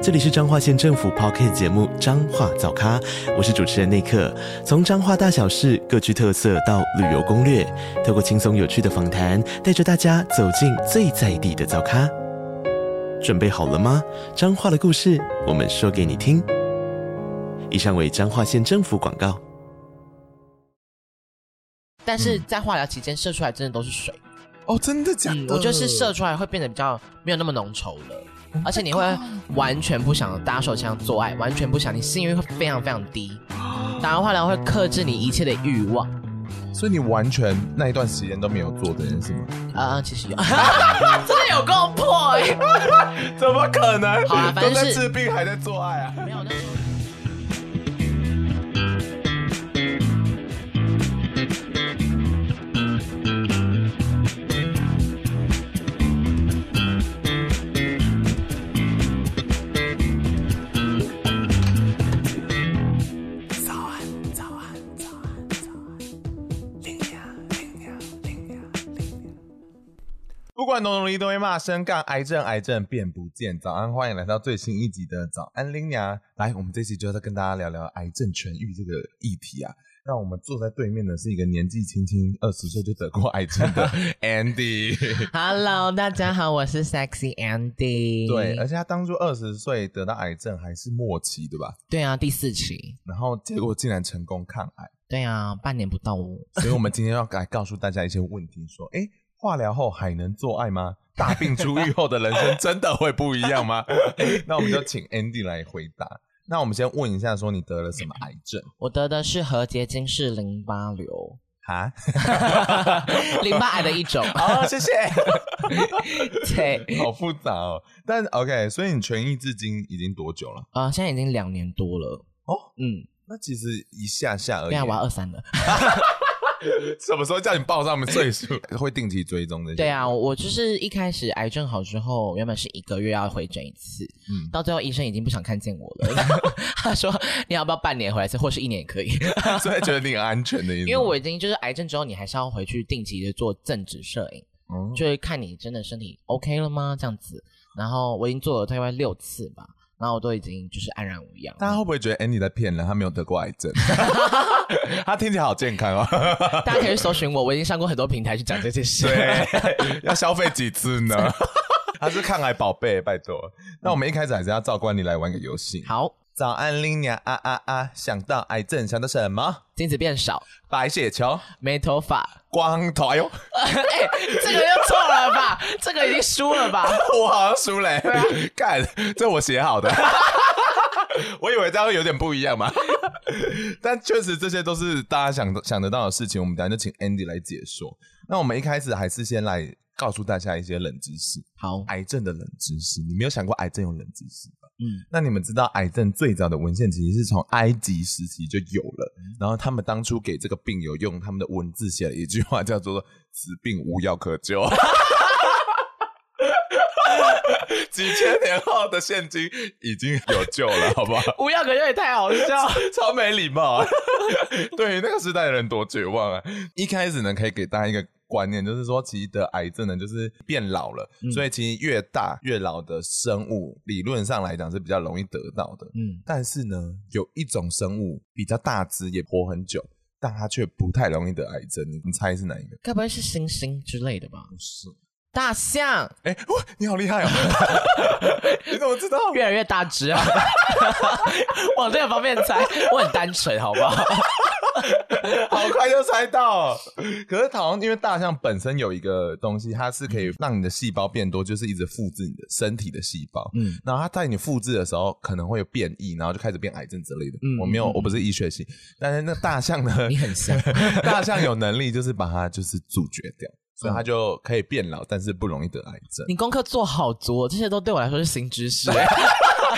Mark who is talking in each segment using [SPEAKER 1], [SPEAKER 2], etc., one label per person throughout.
[SPEAKER 1] 这里是彰化县政府 p o c k t 节目《彰化早咖》，我是主持人内克。从彰化大小事各具特色到旅游攻略，透过轻松有趣的访谈，带着大家走进最在地的早咖。准备好了吗？彰化的故事，我们说给你听。以上为彰化县政府广告。
[SPEAKER 2] 但是在化疗期间射出来真的都是水，
[SPEAKER 3] 嗯哦，真的假的？
[SPEAKER 2] 嗯，我觉得是射出来会变得比较没有那么浓稠了，
[SPEAKER 3] 哦
[SPEAKER 2] 而且你会完全不想搭手枪做爱，完全不想，你性欲会非常非常低。
[SPEAKER 3] 哦
[SPEAKER 2] 打完化疗会克制你一切的欲望，
[SPEAKER 3] 所以你完全那一段时间都没有做这件事吗？
[SPEAKER 2] 啊、其 实有，真的有够破哎、
[SPEAKER 3] 怎么可能？
[SPEAKER 2] 好啊反正
[SPEAKER 3] 都在
[SPEAKER 2] 是
[SPEAKER 3] 治病还在做爱啊！
[SPEAKER 2] 没有那时候
[SPEAKER 3] 不管农农一都会骂声干癌症，癌症变不见。早安，欢迎来到最新一集的早安林娘。来，我们这期就要跟大家聊聊癌症痊愈这个议题啊。那我们坐在对面的是一个年纪轻轻二十岁就得过癌 症的 Andy。
[SPEAKER 2] Hello，大家好，我是 Sexy Andy。
[SPEAKER 3] 对，而且他当初二十岁得到癌症还是末期，对吧？
[SPEAKER 2] 对啊，第四期。
[SPEAKER 3] 然后结果竟然成功抗癌，
[SPEAKER 2] 对啊，半年不到哦。
[SPEAKER 3] 所以我们今天要来告诉大家一些问题，说，哎，化疗后还能做爱吗？大病初愈后的 人生真的会不一样吗？那我们就请 Andy 来回答。那我们先问一下，说你得了什么癌症
[SPEAKER 2] 我得的是和结晶式淋巴 瘤，
[SPEAKER 3] 啊？
[SPEAKER 2] 淋巴癌的一种。
[SPEAKER 3] 好，谢谢。
[SPEAKER 2] 对，
[SPEAKER 3] 好复杂哦。但 OK，所以你痊愈至今已经多久了？
[SPEAKER 2] 啊、现在已经两年多了。
[SPEAKER 3] 哦，
[SPEAKER 2] 嗯，
[SPEAKER 3] 那其实一下下而已
[SPEAKER 2] 对啊，。我要二三了。
[SPEAKER 3] 什么时候叫你报上我们岁数？会定期追踪的。
[SPEAKER 2] 对，啊，
[SPEAKER 3] 嗯
[SPEAKER 2] 我就是一开始癌症好之后，原本是一个月要回诊一次，
[SPEAKER 3] 嗯，
[SPEAKER 2] 到最后医生已经不想看见我 了，他说你要不要半年回来一次，或是一年也可以，
[SPEAKER 3] 所以觉得你很安全的意思 吗。
[SPEAKER 2] 因为我已经就是癌症之后，你还是要回去定期的做正直摄影，
[SPEAKER 3] 嗯
[SPEAKER 2] 就是看你真的身体 OK 了吗这样子。然后我已经做了大概六次吧，然后我都已经就是安然无恙了。
[SPEAKER 3] 大家会不会觉得 Andy 在骗人？他没有得过癌症， 他听起来好健康哦。
[SPEAKER 2] 大家可以去搜寻我，我已经上过很多平台去讲这件事。
[SPEAKER 3] 对， 要消费几次呢？他是抗癌宝贝，拜托。那我们一开始还是要照惯例来玩个游戏。，
[SPEAKER 2] 好，
[SPEAKER 3] 早安，林娘啊啊啊！想到癌症，想到什么？
[SPEAKER 2] 精子变少，
[SPEAKER 3] 白血球、
[SPEAKER 2] 没头发，
[SPEAKER 3] 光头。哎呦，
[SPEAKER 2] 哎、这个又错了吧？这个已经输了吧？
[SPEAKER 3] 我好像输了、欸。干，这我写好的。 我以为这样会有点不一样嘛， 但确实这些都是大家想想得到的事情。我们等一下就请 Andy 来解说。那我们一开始还是先来告诉大家一些冷知识，
[SPEAKER 2] 好，
[SPEAKER 3] 癌症的冷知识。你没有想过癌症有冷知识吧？
[SPEAKER 2] 嗯，
[SPEAKER 3] 那你们知道癌症最早的文献其实是从埃及时期就有了，然后他们当初给这个病有用他们的文字写了一句话，叫做“此病无药可救” 。几千年后的现今已经有救了，好不好？
[SPEAKER 2] 无药可救也太好笑。
[SPEAKER 3] 超没礼貌、啊，对于那个时代的人多绝望啊！一开始呢，可以给大家一个观念，就是说，其实得癌症呢，就是变老了，
[SPEAKER 2] 嗯
[SPEAKER 3] 所以其实越大越老的生物，理论上来讲是比较容易得到的。
[SPEAKER 2] 嗯，
[SPEAKER 3] 但是呢，有一种生物比较大只，也活很久，但它却不太容易得癌症。你们猜是哪一个？
[SPEAKER 2] 该不会是星星之类的吧？
[SPEAKER 3] 不是。
[SPEAKER 2] 大象
[SPEAKER 3] 哎、哇，你好厉害哦！你怎么知道？
[SPEAKER 2] 越来越大只啊！ 往这个方面猜，我很单纯，好不好？
[SPEAKER 3] 好快就猜到。可是好像因为大象本身有一个东西，它是可以让你的细胞变多，就是一直复制你的身体的细胞。
[SPEAKER 2] 嗯
[SPEAKER 3] 然后它在你复制的时候可能会有变异，然后就开始变癌症之类的。
[SPEAKER 2] 嗯
[SPEAKER 3] 我没有，
[SPEAKER 2] 嗯
[SPEAKER 3] 我不是医学系，但是那大象 呢？
[SPEAKER 2] 你很像
[SPEAKER 3] 大象有能力就是把它就是阻绝掉，所以它就可 以变老，但是不容易得癌症。
[SPEAKER 2] 你功课做好足哦，这些都对我来说是新知识。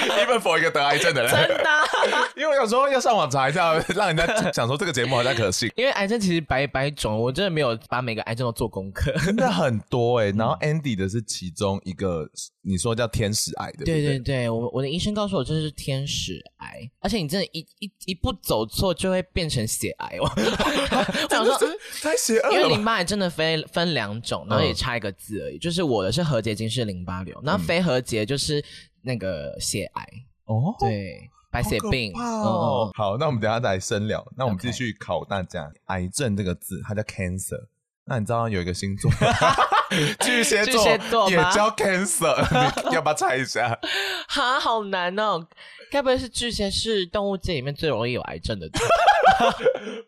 [SPEAKER 3] ，even for 一个得癌症的人，
[SPEAKER 2] 真的啊、
[SPEAKER 3] 因为有时候要上网查一下，让人家想说这个节目好像可信，
[SPEAKER 2] 因为癌症其实百百种，我真的没有把每个癌症都做功课。
[SPEAKER 3] 真的很多 哎、然后
[SPEAKER 2] 嗯
[SPEAKER 3] Andy 的是其中一个，你说叫天使癌的，
[SPEAKER 2] 对
[SPEAKER 3] 不
[SPEAKER 2] 对对，我我的医生告诉我这是天使癌，而且你真的一一一步走错就会变成血癌。我 我想说，嗯
[SPEAKER 3] 太邪恶
[SPEAKER 2] 因为
[SPEAKER 3] 了吧嗯
[SPEAKER 2] 淋巴癌真的分分两种，然后也差一个字而已。就是我的是和结晶是淋巴瘤，然后非和结就是那个血癌，
[SPEAKER 3] 哦，
[SPEAKER 2] 对，白血病。嗯
[SPEAKER 3] 哦、
[SPEAKER 2] 嗯嗯
[SPEAKER 3] 好，那我们等一下再来深聊。那我们
[SPEAKER 2] OK
[SPEAKER 3] 继续考大家癌症这个字，它叫 cancer。那你知道有一个星 座，巨蟹
[SPEAKER 2] 巨
[SPEAKER 3] 座
[SPEAKER 2] 蟹座
[SPEAKER 3] 也
[SPEAKER 2] 吗
[SPEAKER 3] 叫 cancer，你要不 要猜一下？
[SPEAKER 2] 哈，好难哦！该不会是巨蟹是动物界里面最容易有癌症的 族？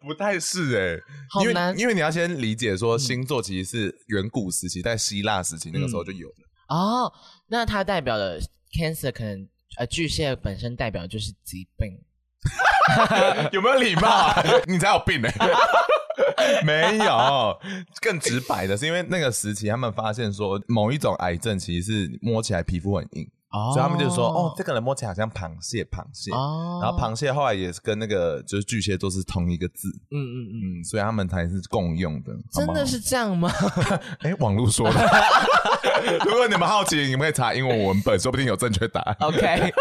[SPEAKER 3] 不太是哎、
[SPEAKER 2] 好
[SPEAKER 3] 因为
[SPEAKER 2] 难嗯
[SPEAKER 3] 因为你要先理解说星座其实是远古时期，在希腊时期那个时候就有了。
[SPEAKER 2] 哦，那它代表的 cancer 可能呃巨蟹本身代表的就是疾病。
[SPEAKER 3] 有没有礼貌、啊？ 你才有病呢、没有，更直白的是，因为那个时期他们发现说，某一种癌症其实是摸起来皮肤很硬，
[SPEAKER 2] 哦
[SPEAKER 3] 所以他们就说，哦，这个人摸起来好像螃蟹，螃蟹。
[SPEAKER 2] 哦
[SPEAKER 3] 然后螃蟹后来也是跟那个就是巨蟹座是同一个字，
[SPEAKER 2] 嗯嗯嗯，
[SPEAKER 3] 嗯，所以他们才是共用的。
[SPEAKER 2] 真
[SPEAKER 3] 好吗
[SPEAKER 2] 的是这 样吗？
[SPEAKER 3] 哎，网络说的。 如果你们好奇，你们可以查英文文本，说不定有正确答案。
[SPEAKER 2] OK，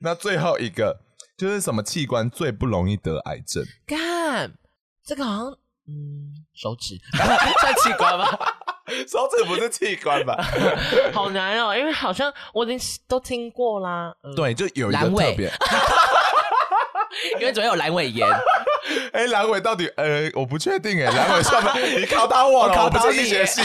[SPEAKER 3] 那最后一个就是什么器官最不容易得癌症？
[SPEAKER 2] 干，这个好像嗯手 指算器官吧，
[SPEAKER 3] 手指不是器官吧？
[SPEAKER 2] 好难哦，因为好像我已经都听过啦。嗯，
[SPEAKER 3] 对，就有一个
[SPEAKER 2] 阑尾
[SPEAKER 3] 特别。
[SPEAKER 2] 因为怎么有阑尾炎？
[SPEAKER 3] 哎，阑尾到底？呃，我不确定哎，阑尾算吗？ 你考到我了，
[SPEAKER 2] 我考
[SPEAKER 3] 我不
[SPEAKER 2] 到
[SPEAKER 3] 是医
[SPEAKER 2] 你
[SPEAKER 3] 学系。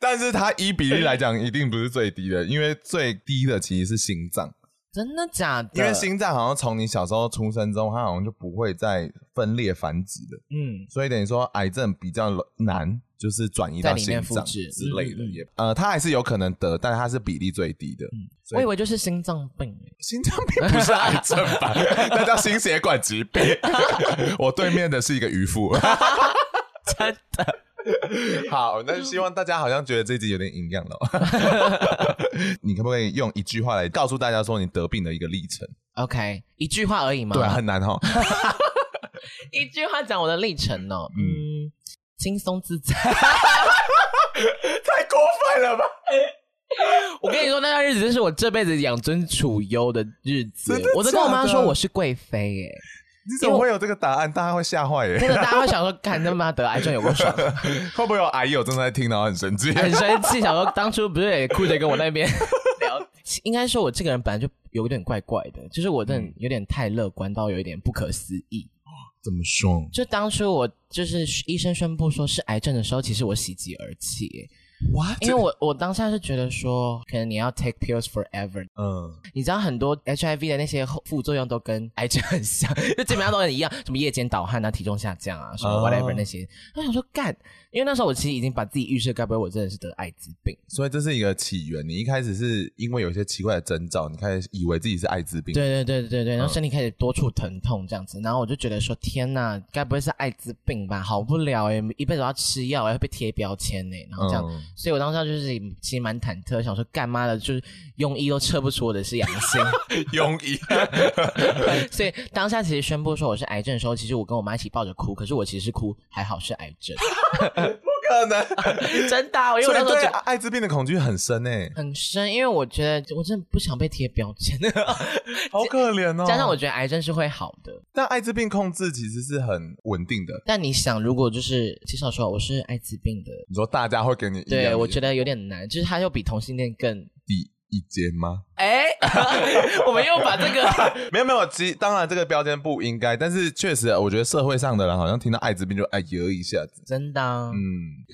[SPEAKER 3] 但是它一比例来讲，一定不是最低的，因为最低的其实是心脏，
[SPEAKER 2] 真的假的？
[SPEAKER 3] 因为心脏好像从你小时候出生之后，它好像就不会再分裂繁殖了。
[SPEAKER 2] 嗯
[SPEAKER 3] 所以等于说癌症比较难，就是转移到
[SPEAKER 2] 在里
[SPEAKER 3] 心
[SPEAKER 2] 面
[SPEAKER 3] 脏
[SPEAKER 2] 复制
[SPEAKER 3] 之类的
[SPEAKER 2] 嗯嗯嗯
[SPEAKER 3] 也，呃，它还是有可能得，但它是比例最低的。所
[SPEAKER 2] 我
[SPEAKER 3] 以
[SPEAKER 2] 以为就是心脏病欸，
[SPEAKER 3] 心脏病不是癌症吧？ 那叫心血管疾 病。我对面的是一个渔 夫。
[SPEAKER 2] 真的。
[SPEAKER 3] 好，那希望大家好像觉得这集有点营 养了。你可不可以用一句话来告诉大家说你得病的一个历程？
[SPEAKER 2] OK，一句话而已嘛。
[SPEAKER 3] 对啊，很难 哈。
[SPEAKER 2] 一句话讲我的历程哦，嗯，轻松自在。
[SPEAKER 3] 太过分了吧？
[SPEAKER 2] 我跟你说，那段日子是我这辈子养尊处优的日子
[SPEAKER 3] 真的。
[SPEAKER 2] 我都跟我妈
[SPEAKER 3] 假的
[SPEAKER 2] 说我是贵妃耶，
[SPEAKER 3] 你怎么会有这个答案？大家会吓坏耶！
[SPEAKER 2] 真的，大家会想说，看他妈得癌症有多爽，
[SPEAKER 3] 会不会有癌友正在听，然后很 生气？
[SPEAKER 2] 很生气，想说当初不是也哭着跟我那边聊。应该说，我这个人本来就有点怪怪的，就是我真的有点太乐观到有一点不可思议。
[SPEAKER 3] 怎么说？
[SPEAKER 2] 就当初我就是医生宣布说是癌症的时候，其实我喜极而泣耶，
[SPEAKER 3] 哇，
[SPEAKER 2] 因为我我当下是觉得说，可能你要 take pills forever，
[SPEAKER 3] 嗯，
[SPEAKER 2] 你知道很多 HIV 的那些后副作用都跟癌症很像， 就基本上都很一样，什么夜间盗汗啊、体重下降啊、什么
[SPEAKER 3] 哦
[SPEAKER 2] whatever 那些。我想说干，因为那时候我其实已经把自己预设，该不会我真的是得艾滋病？
[SPEAKER 3] 所以这是一个起源。你一开始是因为有一些奇怪的征兆，你开始以为自己是艾滋病。，
[SPEAKER 2] 对对对对对，然后身体开始多处疼痛这样子，然后我就觉得说天呐，该不会是艾滋病吧？好不了哎、一辈子都要吃药，要被贴标签呢、然后这样。
[SPEAKER 3] 嗯
[SPEAKER 2] 所以我当时就是其实蛮忐忑，想说干妈的，就是庸医都测不出我的是阳性，
[SPEAKER 3] 庸医。
[SPEAKER 2] 所以当下其实宣布说我是癌症的时候，其实我跟我妈一起抱着哭，可是我其实是哭，还好是癌症，
[SPEAKER 3] 可能，
[SPEAKER 2] 真的啊、因为
[SPEAKER 3] 所
[SPEAKER 2] 我那时
[SPEAKER 3] 以
[SPEAKER 2] 候
[SPEAKER 3] 对
[SPEAKER 2] 觉得
[SPEAKER 3] 艾滋病的恐惧很深欸诶、
[SPEAKER 2] 很深，因为我觉得我真的不想被贴标签，
[SPEAKER 3] 好可怜哦。
[SPEAKER 2] 加上我，觉得癌症是会好的，
[SPEAKER 3] 但艾滋病控制其实是很稳定的。
[SPEAKER 2] 但你想，如果就是介绍说我是艾滋病的，
[SPEAKER 3] 你说大家会给你一样
[SPEAKER 2] 对
[SPEAKER 3] 的
[SPEAKER 2] 我觉得有点难，就是它又比同性恋更。
[SPEAKER 3] 第一阶吗？
[SPEAKER 2] 哎， 我们又把这个
[SPEAKER 3] 没有没有，其实当然这个标签不应该，但是确实我觉得社会上的人好像听到艾滋病就哎呦一下子。
[SPEAKER 2] 真的啊、
[SPEAKER 3] 嗯，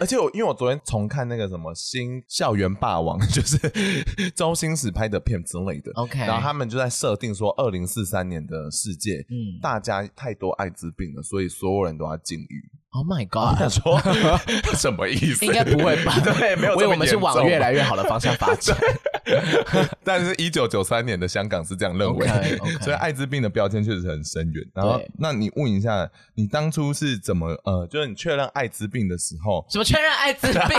[SPEAKER 3] 而且我因为我昨天重看那个什么新校园霸王， 就是周星驰拍的片之类的
[SPEAKER 2] OK
[SPEAKER 3] 然后他们就在设定说，二零四三年的世界，
[SPEAKER 2] 嗯
[SPEAKER 3] 大家太多艾滋病了，所以所有人都要禁 欲。
[SPEAKER 2] o h Oh my
[SPEAKER 3] 我
[SPEAKER 2] God，
[SPEAKER 3] 想说什么意思？
[SPEAKER 2] 应该不会吧
[SPEAKER 3] 对，没有这么严重。
[SPEAKER 2] 我以为我们是往越来越好的方向发展。
[SPEAKER 3] 但是，一九九三年的香港是这样认为
[SPEAKER 2] OK，OK
[SPEAKER 3] 所以艾滋病的标签确实很深远。然后
[SPEAKER 2] 对，
[SPEAKER 3] 那你问一下，你当初是怎么呃，就是你确认艾滋病的时候，
[SPEAKER 2] 什么确认艾滋病？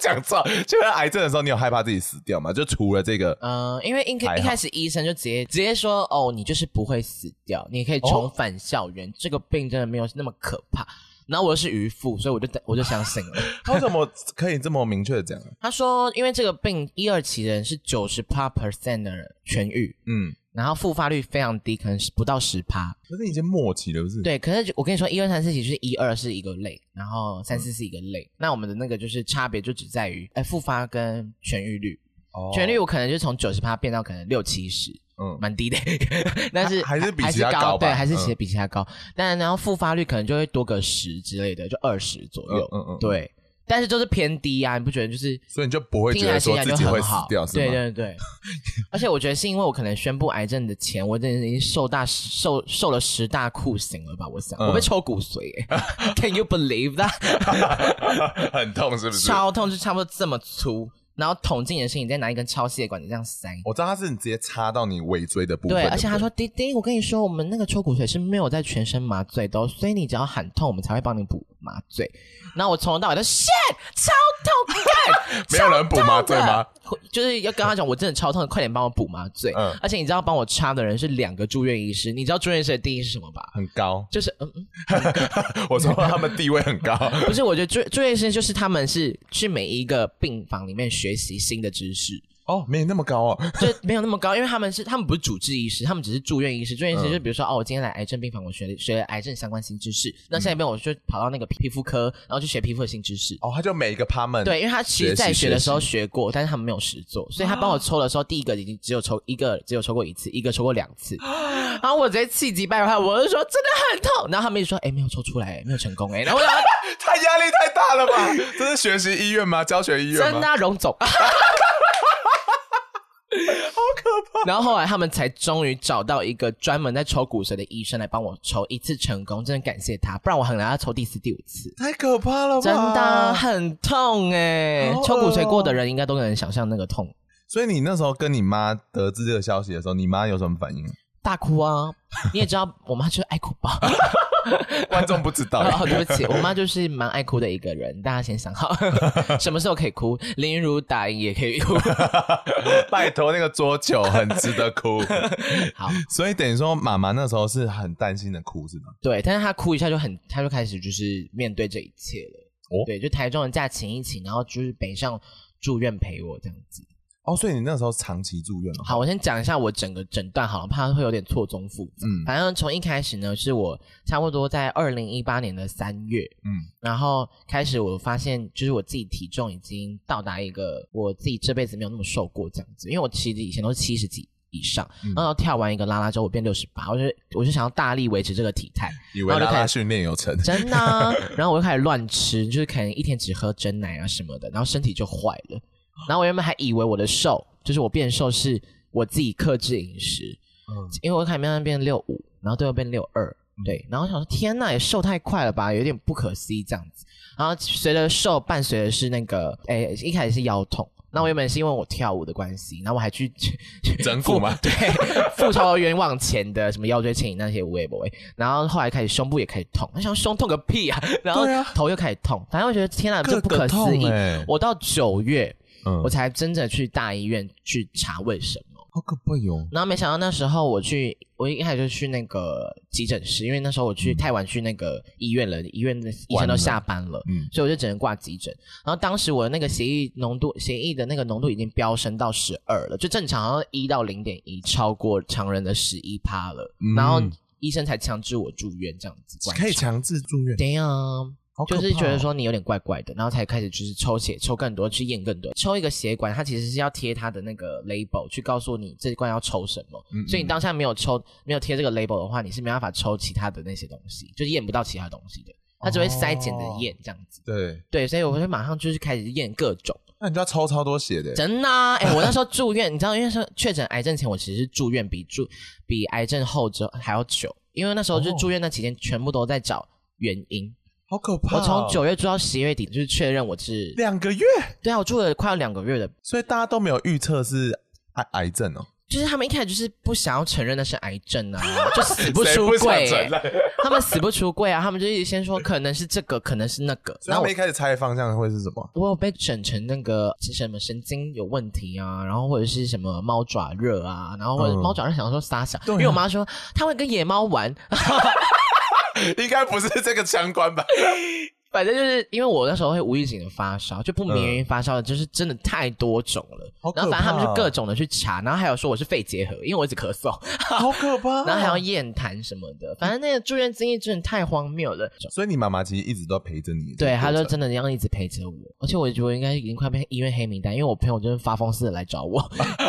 [SPEAKER 3] 讲错，确认癌症的时候，你有害怕自己死掉吗？就除了这个，
[SPEAKER 2] 嗯，因为一
[SPEAKER 3] 还好
[SPEAKER 2] 开一开始医生就直接直接说，哦，你就是不会死掉，你可以
[SPEAKER 3] 哦
[SPEAKER 2] 重返校园，这个病真的没有那么可怕。然后我又是渔夫，所以我就我就相信了。
[SPEAKER 3] 他怎么可以这么明确的讲？
[SPEAKER 2] 他说，因为这个病一二期的人是九十 percent 的人痊愈，
[SPEAKER 3] 嗯，
[SPEAKER 2] 然后复发率非常低，可能是不到十趴。
[SPEAKER 3] 可是已经末期了，不是？，
[SPEAKER 2] 对，可是我跟你说，一二三四其实是一二是一个类，然后三四是一个类。那我们的那个就是差别就只在于，哎，复发跟痊愈率，痊愈率我可能就从九十趴变到可能六七十，
[SPEAKER 3] 哦嗯，
[SPEAKER 2] 蛮低的， 但是
[SPEAKER 3] 还还是比其
[SPEAKER 2] 是
[SPEAKER 3] 他高吧
[SPEAKER 2] 对，还是
[SPEAKER 3] 嗯
[SPEAKER 2] 其实比其他高。但然后复发率可能就会多个十之类的，就二十左右。
[SPEAKER 3] 嗯嗯嗯
[SPEAKER 2] 对，但是都是偏低啊，你不觉得就是？
[SPEAKER 3] 所以你就不会
[SPEAKER 2] 听
[SPEAKER 3] 觉
[SPEAKER 2] 起来听起来
[SPEAKER 3] 得说自
[SPEAKER 2] 就
[SPEAKER 3] 己会
[SPEAKER 2] 很
[SPEAKER 3] 死
[SPEAKER 2] 好，
[SPEAKER 3] 掉，是
[SPEAKER 2] 对
[SPEAKER 3] 吗？
[SPEAKER 2] 对 对。而且我觉得是因为我可能宣布癌症的前，我真的已经受大受受了十大酷刑了吧？我想、
[SPEAKER 3] 嗯
[SPEAKER 2] 我被抽骨髓、 欸，Can you believe that？
[SPEAKER 3] 很痛，是不是？
[SPEAKER 2] 超痛，就差不多这么粗，然后捅进你的心，你再拿一根超细的管子这样塞。
[SPEAKER 3] 我知道他是你直接插到你尾椎的部分，
[SPEAKER 2] 对，
[SPEAKER 3] 不
[SPEAKER 2] 而且他说：“弟弟，我跟你说，我们那个抽骨髓是没有在全身麻醉的、哦，所以你只要喊痛，我们才会帮你补麻 醉。”然后我从头到尾都 shit 超痛，干
[SPEAKER 3] 没有人补麻醉吗？
[SPEAKER 2] 超痛的就是要跟他讲，我真的超痛，快点帮我补麻醉。
[SPEAKER 3] 嗯
[SPEAKER 2] 而且你知道帮我插的人是两个住院医师，你知道住院医师的定义是什么吧？
[SPEAKER 3] 很高，
[SPEAKER 2] 就是嗯，嗯，
[SPEAKER 3] 我说他们地位很高，
[SPEAKER 2] 不是，我觉得住住院医师就是他们是去每一个病房里面学习新的知识，
[SPEAKER 3] 哦，没那么高哦，
[SPEAKER 2] 就没有那么高，因为他们是他们不是主治医师，他们只是住院医师。住院医师
[SPEAKER 3] 嗯
[SPEAKER 2] 就比如说、哦，我今天来癌症病房，我学了学了癌症相关新知识。那
[SPEAKER 3] 嗯
[SPEAKER 2] 下一遍我就跑到那个皮肤科，然后去学皮肤的新知识。
[SPEAKER 3] 哦，他就每一个 part
[SPEAKER 2] 对，因为他其
[SPEAKER 3] 学习哦
[SPEAKER 2] 实在学的时候
[SPEAKER 3] 学
[SPEAKER 2] 学过，但是他们没有实做，所以他帮我抽的时候，第一个已经只有抽一个，只有抽过一次，一个抽过两次。然后我直接气急败坏，我就说真的很痛。然后他们就说哎、没有抽出来，没有成功哎、然后我想说
[SPEAKER 3] 太压力太大了吧？ 这是学习医院吗？教学医院
[SPEAKER 2] 真的
[SPEAKER 3] 吗？
[SPEAKER 2] 啊荣 总，好可怕。然后后来他们才终于找到一个专门在抽骨髓的医生来帮我抽一次成功，真的感谢他，不然我很难要抽第四、第五次。
[SPEAKER 3] 太可怕了吧？
[SPEAKER 2] 真的啊很痛哎、
[SPEAKER 3] 好恶哦
[SPEAKER 2] 抽骨髓过的人应该都能想象那个痛，
[SPEAKER 3] 所以你那时候跟你妈得知这个消息的时候，你妈有什么 反应？
[SPEAKER 2] 大哭啊！ 你也知道，我妈就是爱哭 吧？
[SPEAKER 3] 观众不知道，
[SPEAKER 2] 哦，对不起，我妈就是蛮爱哭的一个人，大家先想好， 什么时候可以哭？林如打赢也可以哭。
[SPEAKER 3] 拜托那个桌球很值得 哭。
[SPEAKER 2] 好，
[SPEAKER 3] 所以等于说，妈妈那时候是很担心的哭，是吗？
[SPEAKER 2] 对，但是他哭一下就很，他就开始就是面对这一切了。
[SPEAKER 3] 哦
[SPEAKER 2] 对，就台中人假请一请，然后就是北上住院陪我这样子。
[SPEAKER 3] 哦，所以你那时候长期住院了。
[SPEAKER 2] 好，我先讲一下我整个诊断好了，怕会有点错综复杂。
[SPEAKER 3] 嗯
[SPEAKER 2] 反正从一开始呢，是我差不多在二零一八年的三月，
[SPEAKER 3] 嗯，
[SPEAKER 2] 然后开始我发现，就是我自己体重已经到达一个我自己这辈子没有那么瘦过这样子，因为我其实以前都是七十几以上，
[SPEAKER 3] 嗯
[SPEAKER 2] 然后跳完一个拉拉之后我变六十八，我就我就想要大力维持这个体态。
[SPEAKER 3] 以为
[SPEAKER 2] 然后就
[SPEAKER 3] 拉
[SPEAKER 2] 开
[SPEAKER 3] 拉
[SPEAKER 2] 始
[SPEAKER 3] 训练有成，
[SPEAKER 2] 真的啊、 然后我就开始乱吃，就是可能一天只喝真奶啊什么的，然后身体就坏了。然后我原本还以为我的瘦，就是我变瘦是我自己克制饮食，
[SPEAKER 3] 嗯
[SPEAKER 2] 因为我看慢慢变六五，然后最后变六二，对，然后我想说天呐，也瘦太快了吧，有点不可思议这样子。然后随着瘦伴随的是那个，哎，一开始是腰痛。那我原本是因为我跳舞的关系，然后我还去
[SPEAKER 3] 整骨 吗
[SPEAKER 2] 复对， 复仇冤枉钱的什么腰椎牵引那些无微不微，然后后来开始胸部也开始痛，我想胸痛个屁啊，然后
[SPEAKER 3] 对啊
[SPEAKER 2] 头又开始痛，反正我觉得天呐，啊这不可
[SPEAKER 3] 各
[SPEAKER 2] 思
[SPEAKER 3] 个
[SPEAKER 2] 议
[SPEAKER 3] 痛。欸
[SPEAKER 2] 我到九月，
[SPEAKER 3] 嗯
[SPEAKER 2] 我才真正去大医院去查为什么。
[SPEAKER 3] 好可怕哟。
[SPEAKER 2] 然后没想到那时候我去，我一开始就去那个急诊室，因为那时候我
[SPEAKER 3] 嗯
[SPEAKER 2] 去太晚去那个医院了，医院的医生都下班了，
[SPEAKER 3] 嗯
[SPEAKER 2] 所以我就只能挂急诊。然后当时我的那个血液浓度，血液的那个浓度已经飙升到十二了，就正常好像一到零点一，超过常人的十一趴了。
[SPEAKER 3] 嗯
[SPEAKER 2] 然后医生才强制我住院这样子观察，
[SPEAKER 3] 可以强制住院，
[SPEAKER 2] 对呀。
[SPEAKER 3] 好可怕
[SPEAKER 2] 就
[SPEAKER 3] 哦
[SPEAKER 2] 是觉得说你有点怪怪的，然后才开始就是抽血，抽更多，去验更多。抽一个血管，它其实是要贴它的那个 label 去告诉你这一罐要抽什么。
[SPEAKER 3] 嗯嗯
[SPEAKER 2] 所以你当下没有抽，没有贴这个 label 的话，你是没办法抽其他的那些东西，就是验不到其他东西的。它只会筛检的
[SPEAKER 3] 哦
[SPEAKER 2] 验这样子。
[SPEAKER 3] 对，
[SPEAKER 2] 对，所以我会马上就是开始验各种。
[SPEAKER 3] 那你就要抽超多血的。
[SPEAKER 2] 真的、啊，哎、我那时候住院， 你知道，因为是确诊癌症前，我其实是住院比住比癌症后之后还要久，因为那时候就
[SPEAKER 3] 哦
[SPEAKER 2] 住院那期间，全部都在找原因。
[SPEAKER 3] 好可怕
[SPEAKER 2] 我
[SPEAKER 3] 哦！
[SPEAKER 2] 从九月住到十一月底，就是确认我是
[SPEAKER 3] 两个月，
[SPEAKER 2] 对啊，我住了快要两个月的，
[SPEAKER 3] 所以大家都没有预测是癌癌症哦，
[SPEAKER 2] 就是他们一开始就是不想要承认那是癌症啊，就死不
[SPEAKER 3] 谁
[SPEAKER 2] 出
[SPEAKER 3] 想
[SPEAKER 2] 柜、欸
[SPEAKER 3] 承认
[SPEAKER 2] 他们死不出柜啊，他们就一直先说可能是这个，可能是那个，
[SPEAKER 3] 所以
[SPEAKER 2] 然
[SPEAKER 3] 他
[SPEAKER 2] 后
[SPEAKER 3] 们
[SPEAKER 2] 我
[SPEAKER 3] 一。开始猜的方向会是什么？
[SPEAKER 2] 我有被整成那个什么神经有问题啊，然后或者是什么猫爪热啊，然后或者
[SPEAKER 3] 嗯
[SPEAKER 2] 猫爪热想说撒小，
[SPEAKER 3] 对啊
[SPEAKER 2] 因为我妈说她会跟野猫玩，
[SPEAKER 3] 应该不是这个相关吧？
[SPEAKER 2] 反正就是因为我那时候会无预警的发烧，就不明原因发烧的，就是真的太多种了。
[SPEAKER 3] 好可
[SPEAKER 2] 然后反正他们
[SPEAKER 3] 怕
[SPEAKER 2] 就
[SPEAKER 3] 哦
[SPEAKER 2] 各种的去查，然后还有说我是肺结核，因为我一直咳嗽，
[SPEAKER 3] 好可怕哦
[SPEAKER 2] 然后还要验痰什么的。反正那个住院经历真的太荒谬了。
[SPEAKER 3] 所以你妈妈其实一直都陪着你的这个
[SPEAKER 2] 对，
[SPEAKER 3] 过
[SPEAKER 2] 他就
[SPEAKER 3] 程，
[SPEAKER 2] 真的这样一直陪着我，而且我觉得我应该已经快变医院黑名单，因为我朋友真的发疯似的来找 我，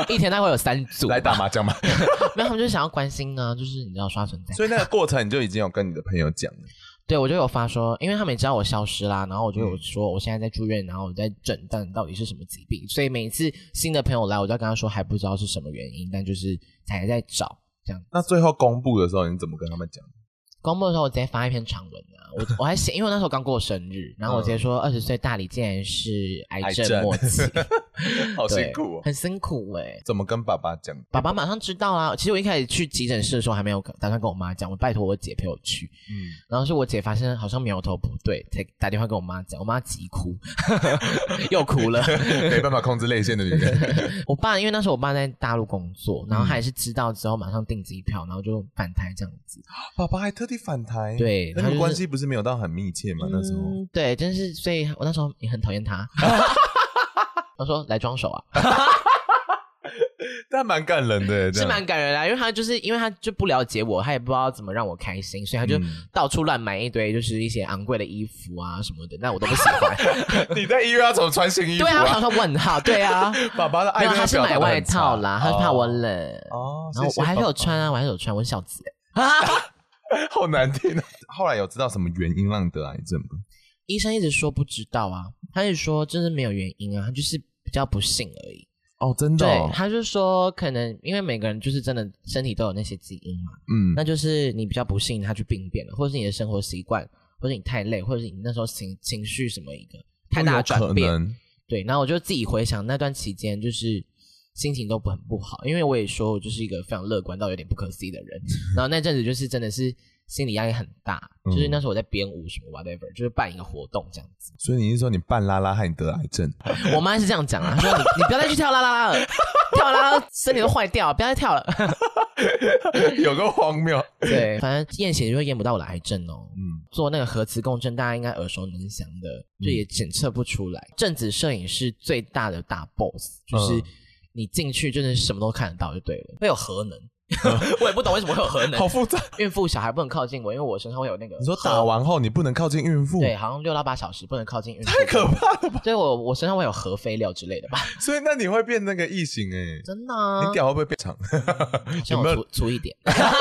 [SPEAKER 2] 一天大概有三组吧
[SPEAKER 3] 来打，麻将嘛。
[SPEAKER 2] 没有他们就是想要关心呢，就是你知道刷存在。
[SPEAKER 3] 所以那个过程你就已经有跟你的朋友讲了，
[SPEAKER 2] 对，我就有发说，因为他们也知道我消失啦，然后我就有说我现在在住院，然后我在诊断到底是什么疾病，所以每一次新的朋友来，我就要跟他说还不知道是什么原因，但就是还在找 这样。
[SPEAKER 3] 那最后公布的时候你怎么跟他们讲？
[SPEAKER 2] 公布的时候，我直接发一篇长文啊，我我还写，因为我那时候刚过生日，然后我直接说 二十岁大理竟然是癌
[SPEAKER 3] 癌
[SPEAKER 2] 症
[SPEAKER 3] 症
[SPEAKER 2] 末期，
[SPEAKER 3] 好
[SPEAKER 2] 对
[SPEAKER 3] 辛苦哦，
[SPEAKER 2] 很辛苦哎、
[SPEAKER 3] 怎么跟爸爸讲？
[SPEAKER 2] 爸爸马上知道啊啦。其实我一开始去急诊室的时候还没有打算跟我妈讲，我拜托我姐陪我去。
[SPEAKER 3] 嗯，
[SPEAKER 2] 然后是我姐发现好像苗头不对，才打电话跟我妈讲，我妈急哭， 又哭 了。
[SPEAKER 3] 没办法控制泪腺的女人，
[SPEAKER 2] 我爸因为那时候我爸在大陆工作，然后他也是知道之后马上订机票，然后就返台这样子。
[SPEAKER 3] 爸爸还特地反台，
[SPEAKER 2] 对
[SPEAKER 3] 哎那
[SPEAKER 2] 他
[SPEAKER 3] 你
[SPEAKER 2] 就是
[SPEAKER 3] 们关系不是没有到很密切吗？那时候
[SPEAKER 2] 嗯，对，真是，所以我那时候也很讨厌 他。他说来装手啊，
[SPEAKER 3] 但蛮感人的，
[SPEAKER 2] 是
[SPEAKER 3] 这样
[SPEAKER 2] 蛮感人的啊、因为他就是因为他就不了解我，他也不知道怎么让我开心，所以他就
[SPEAKER 3] 嗯
[SPEAKER 2] 到处乱买一堆就是一些昂贵的衣服啊什么的，那我都不喜 欢。
[SPEAKER 3] 你在医院要怎么穿新衣服？
[SPEAKER 2] 对啊，我想
[SPEAKER 3] 啊，
[SPEAKER 2] 说问号，对啊，
[SPEAKER 3] 爸爸的
[SPEAKER 2] 没
[SPEAKER 3] 爱
[SPEAKER 2] 有，
[SPEAKER 3] 真
[SPEAKER 2] 他
[SPEAKER 3] 的
[SPEAKER 2] 是
[SPEAKER 3] 表达
[SPEAKER 2] 买
[SPEAKER 3] 得
[SPEAKER 2] 外
[SPEAKER 3] 很差
[SPEAKER 2] 套啦，他是怕我冷。
[SPEAKER 3] 哦，
[SPEAKER 2] 然后
[SPEAKER 3] 谢谢
[SPEAKER 2] 我还是有
[SPEAKER 3] 爸爸
[SPEAKER 2] 穿啊，我还是有穿，我是小 子欸。
[SPEAKER 3] 好难听啊！后来有知道什么原因让你得癌症吗？
[SPEAKER 2] 医生一直说不知道啊，他一直说真的没有原因啊，他就是比较不幸而已。
[SPEAKER 3] 哦，真的、
[SPEAKER 2] 对
[SPEAKER 3] 哦，，
[SPEAKER 2] 他就说可能因为每个人就是真的身体都有那些基因嘛，
[SPEAKER 3] 嗯，
[SPEAKER 2] 那就是你比较不幸，他去病变了，或者是你的生活习惯，或者是你太累，或者是你那时候情情绪什么一个太大的转
[SPEAKER 3] 哦都有可
[SPEAKER 2] 变。
[SPEAKER 3] 能
[SPEAKER 2] 对，然后我就自己回想那段期间，就是心情都不很不好，因为我也说我就是一个非常乐观到有点不可思议的 人。然后那阵子就是真的是心理压力很大，
[SPEAKER 3] 嗯
[SPEAKER 2] 就是那时候我在编舞什么 whatever，就是办一个活动这样子。
[SPEAKER 3] 所以你是说你扮拉拉害你得癌症？
[SPEAKER 2] 我妈是这样讲啊，她说你你不要再去跳啦啦啦了，跳啦啦身体都坏掉，不要再跳 了。
[SPEAKER 3] 有个荒谬，
[SPEAKER 2] 对，反正验血就会验不到我的癌症哦。
[SPEAKER 3] 嗯，
[SPEAKER 2] 做那个核磁共振，大家应该耳熟能详的，就也检测不出来。正子摄影是最大的大 boss，就是
[SPEAKER 3] 嗯
[SPEAKER 2] 你进去真的是什么都看得到就对了，会有核能。 我也不懂为什么会有核能
[SPEAKER 3] 好，复杂。
[SPEAKER 2] 孕妇小孩不能靠近我，因为我身上会有那个核。
[SPEAKER 3] 你说打完后你不能靠近孕妇，
[SPEAKER 2] 对，好像六到八小时不能靠近孕妇，
[SPEAKER 3] 太可怕了吧？
[SPEAKER 2] 所以我我身上会有核废料之类的 吧？
[SPEAKER 3] 所以那你会变那个异形哎、
[SPEAKER 2] 真的、啊，
[SPEAKER 3] 你屌会不会变长？
[SPEAKER 2] 像
[SPEAKER 3] 有没
[SPEAKER 2] 我
[SPEAKER 3] 有
[SPEAKER 2] 粗粗一点。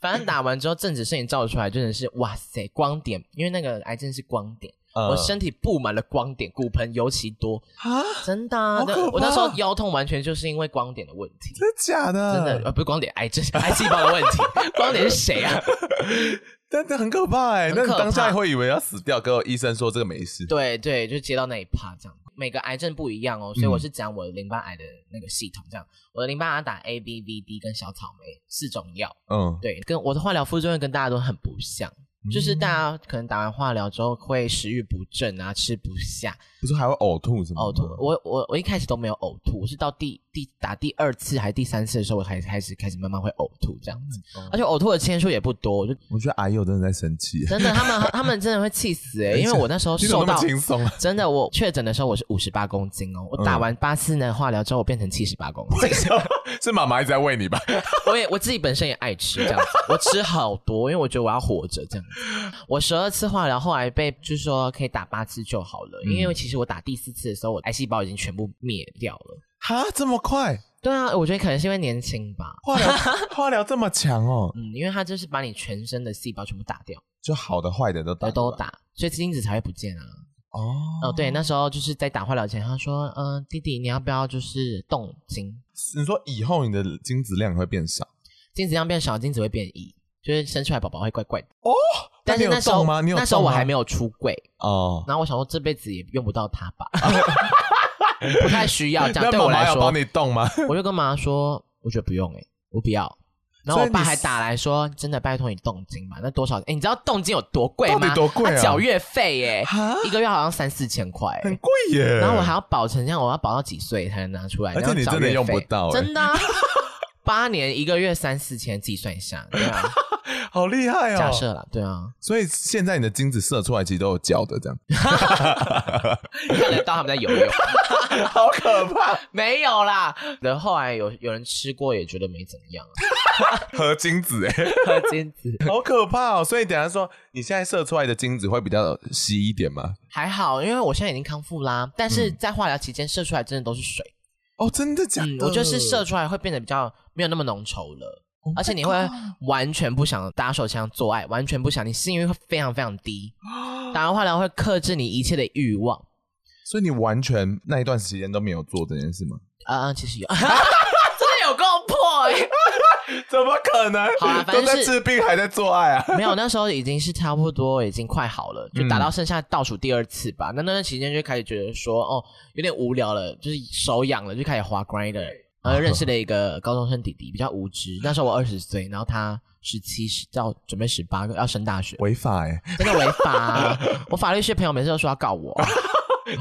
[SPEAKER 2] 反正打完之后，正子摄影照出来真的是哇塞，光点，因为那个癌症是光点，
[SPEAKER 3] 嗯
[SPEAKER 2] 我身体布满了光点，骨盆尤其多，
[SPEAKER 3] 啊，
[SPEAKER 2] 真的啊、
[SPEAKER 3] 好
[SPEAKER 2] 那
[SPEAKER 3] 可怕
[SPEAKER 2] 我那时候腰痛完全就是因为光点的问题，
[SPEAKER 3] 真的假的？
[SPEAKER 2] 真的，呃，不是光点，癌症，癌细胞的问题，光点是谁啊？
[SPEAKER 3] 但但很可怕哎、
[SPEAKER 2] 很
[SPEAKER 3] 那
[SPEAKER 2] 可
[SPEAKER 3] 你
[SPEAKER 2] 怕
[SPEAKER 3] 当下会以为要死掉，结果医生说这个没事。
[SPEAKER 2] 对对，就接到那一趴这样。每个癌症不一样哦，所以我
[SPEAKER 3] 嗯
[SPEAKER 2] 是讲我的淋巴癌的那个系统这样。我的淋巴癌打 A、B、V、D 跟小草莓四种药，
[SPEAKER 3] 嗯，
[SPEAKER 2] 对，跟我的化疗副作用跟大家都很不像，就是大家
[SPEAKER 3] 嗯
[SPEAKER 2] 可能打完化疗之后会食欲不振啊，吃不下，
[SPEAKER 3] 不是还会呕吐什么？
[SPEAKER 2] 哦呕吐。我我我一开始都没有呕吐，我是到第第打第二次还是第三次的时候，我才开始开始慢慢会呕吐这样子，
[SPEAKER 3] 嗯
[SPEAKER 2] 而且呕吐的天数也不多，我 就
[SPEAKER 3] 我觉得阿佑真的在生气，
[SPEAKER 2] 真的他们他们真的会气死哎、欸，因为我那时候
[SPEAKER 3] 你怎么
[SPEAKER 2] 瘦
[SPEAKER 3] 那
[SPEAKER 2] 到
[SPEAKER 3] 么。轻嗯 松啊？
[SPEAKER 2] 真的，我确诊的时候我是五十八公斤哦，我打完八次呢化疗之后，我变成七十八公斤。
[SPEAKER 3] 是妈妈一直在喂你吧？
[SPEAKER 2] 我也我自己本身也爱吃这样子，我吃好多，因为我觉得我要活着这样子。我十二次化疗，后来被就是说可以打八次就好了，
[SPEAKER 3] 嗯
[SPEAKER 2] 因为其实我打第四次的时候，我癌细胞已经全部灭掉了。
[SPEAKER 3] 哈，这么快？
[SPEAKER 2] 对啊，我觉得可能是因为年轻吧，
[SPEAKER 3] 化 疗化疗这么强哦，
[SPEAKER 2] 嗯，因为它就是把你全身的细胞全部打掉，
[SPEAKER 3] 就好的坏的都打
[SPEAKER 2] 都打，所以精子才会不见啊。
[SPEAKER 3] 哦。
[SPEAKER 2] 哦，对，那时候就是在打化疗前，他说，嗯、弟弟，你要不要就是动精？
[SPEAKER 3] 你说以后你的精子量会变少
[SPEAKER 2] 精子量变少，精子会变异，就是生出来宝宝会怪怪的。
[SPEAKER 3] 哦？
[SPEAKER 2] 但是
[SPEAKER 3] 你有
[SPEAKER 2] 那时候
[SPEAKER 3] 动吗？你有
[SPEAKER 2] 那时候
[SPEAKER 3] 动
[SPEAKER 2] 我
[SPEAKER 3] 吗
[SPEAKER 2] 还没有出柜，
[SPEAKER 3] 哦，
[SPEAKER 2] 然后我想说这辈子也用不到它吧，不太需要这样。
[SPEAKER 3] 那
[SPEAKER 2] 对
[SPEAKER 3] 妈
[SPEAKER 2] 我来
[SPEAKER 3] 妈要
[SPEAKER 2] 说
[SPEAKER 3] 帮，你动吗？
[SPEAKER 2] 我就跟妈妈说，我觉得不用哎、我不要。然后
[SPEAKER 3] 所
[SPEAKER 2] 我
[SPEAKER 3] 以你
[SPEAKER 2] 爸
[SPEAKER 3] 是
[SPEAKER 2] 还打来说，真的拜托你动金嘛，那多少？哎，你知道动金有多贵
[SPEAKER 3] 到
[SPEAKER 2] 吗？
[SPEAKER 3] 底多贵啊
[SPEAKER 2] 他缴月费 耶、
[SPEAKER 3] 啊，
[SPEAKER 2] 一个月好像三四千块、
[SPEAKER 3] 很
[SPEAKER 2] 欸。
[SPEAKER 3] 贵耶。
[SPEAKER 2] 然后我还要保存，像我要保到几岁才能拿出来？
[SPEAKER 3] 而且
[SPEAKER 2] 然后
[SPEAKER 3] 你
[SPEAKER 2] 缴
[SPEAKER 3] 真的
[SPEAKER 2] 月
[SPEAKER 3] 用不
[SPEAKER 2] 费
[SPEAKER 3] 到欸
[SPEAKER 2] 真的啊、 八年一个月三四千，计算一下，对啊，
[SPEAKER 3] 好厉害哦。
[SPEAKER 2] 假设啦，对啊，
[SPEAKER 3] 所以现在你的精子射出来其实都有胶的，这样
[SPEAKER 2] 看得到他们在游泳，
[SPEAKER 3] 好可怕。
[SPEAKER 2] 没有啦。然后后来有有人吃过，也觉得没怎么 样、啊，
[SPEAKER 3] 合精子哎、
[SPEAKER 2] 喝金子
[SPEAKER 3] 好可怕哦。所以等一下说你现在射出来的精子会比较稀一点吗？
[SPEAKER 2] 还好，因为我现在已经康复啦。但是在化疗期间射出来真的都是水，
[SPEAKER 3] 哦，真的假的？
[SPEAKER 2] 嗯，我就是射出来会变得比较没有那么浓稠了。
[SPEAKER 3] Oh my
[SPEAKER 2] 而且你会完全不想打手枪做爱，完全不想，你性欲会非常非常低。打完化疗会克制你一切的欲望。
[SPEAKER 3] 所以你完全那一段时间都没有做这件事吗？
[SPEAKER 2] 啊、其 实有，真的有够破哎、
[SPEAKER 3] 怎么可能？
[SPEAKER 2] 好啊啦反正
[SPEAKER 3] 都
[SPEAKER 2] 是
[SPEAKER 3] 在治病还在做爱啊！
[SPEAKER 2] 没有，那时候已经是差不多，已经快好了，就打到剩下倒数第二次吧。那那段期间就开始觉得说，哦，有点无聊了，就是手痒了，就开始滑 grinder，然后就认识了一个高中生弟弟，比较无知。那时候我二十岁，然后他十七，十到准备十八，要升大学，
[SPEAKER 3] 违法 哎、
[SPEAKER 2] 真的违法、啊我法律系朋友每次都说要告我，啊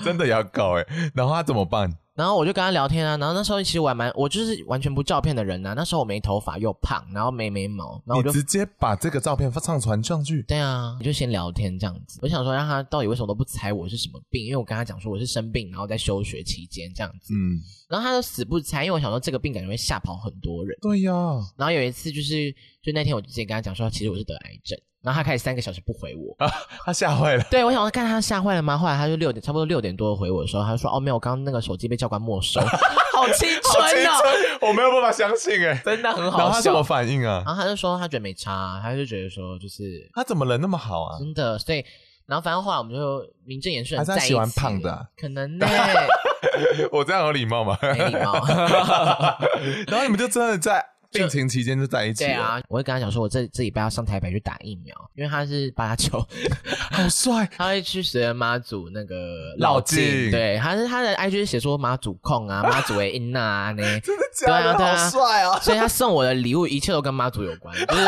[SPEAKER 3] 真的要告哎、然后他怎么办？
[SPEAKER 2] 然后我就跟他聊天啊，然后那时候其实我还蛮，我就是完全不照片的人啊。那时候我没头发又胖，然后没眉毛，然后我
[SPEAKER 3] 你
[SPEAKER 2] 就
[SPEAKER 3] 直接把这个照片发上传上去，
[SPEAKER 2] 对啊，你就先聊天这样子。我想说，让他到底为什么都不猜我是什么病，因为我跟他讲说我是生病，然后在休学期间这样子。
[SPEAKER 3] 嗯，
[SPEAKER 2] 然后他就死不猜，因为我想说这个病感觉会吓跑很多人。
[SPEAKER 3] 对呀、
[SPEAKER 2] 然后有一次就是，就那天我就直接跟他讲说，其实我是得癌症。然后他开始三个小时不回我，
[SPEAKER 3] 他吓坏了。
[SPEAKER 2] 对我想说看他吓坏了吗？后来他就六点，差不多六点多回我的时候，他就说哦没有，我刚刚那个手机被教官没 收，好青
[SPEAKER 3] 好青
[SPEAKER 2] 春哦，
[SPEAKER 3] 春，我没有办法相信哎、
[SPEAKER 2] 真的很
[SPEAKER 3] 然后
[SPEAKER 2] 好
[SPEAKER 3] 他怎
[SPEAKER 2] 笑
[SPEAKER 3] 么。反应啊？
[SPEAKER 2] 然后他就说他觉得没差啊，他就觉得说就是
[SPEAKER 3] 他怎么人那么好 啊？
[SPEAKER 2] 真的，所以然后反正后来我们就名正言顺
[SPEAKER 3] 还
[SPEAKER 2] 地
[SPEAKER 3] 是
[SPEAKER 2] 在
[SPEAKER 3] 他
[SPEAKER 2] 一起。
[SPEAKER 3] 喜欢胖的啊
[SPEAKER 2] 可 能呢、
[SPEAKER 3] 我这样有礼 貌吗？
[SPEAKER 2] 没礼貌。
[SPEAKER 3] 然后你们就真的在病情期间就在一起
[SPEAKER 2] 对
[SPEAKER 3] 了，
[SPEAKER 2] 啊，我会跟他讲说，我这这礼拜要上台北去打疫苗，因为他是八加九，
[SPEAKER 3] 好帅。
[SPEAKER 2] 他会去学妈祖那个
[SPEAKER 3] 绕
[SPEAKER 2] 境，
[SPEAKER 3] 境
[SPEAKER 2] 对，他是他的 IG 写说妈祖控啊，妈祖的音呐、啊、 呢，
[SPEAKER 3] 真的假的？
[SPEAKER 2] 对啊对啊
[SPEAKER 3] 好帅啊！
[SPEAKER 2] 所以他送我的礼物一切都跟妈祖有关，就是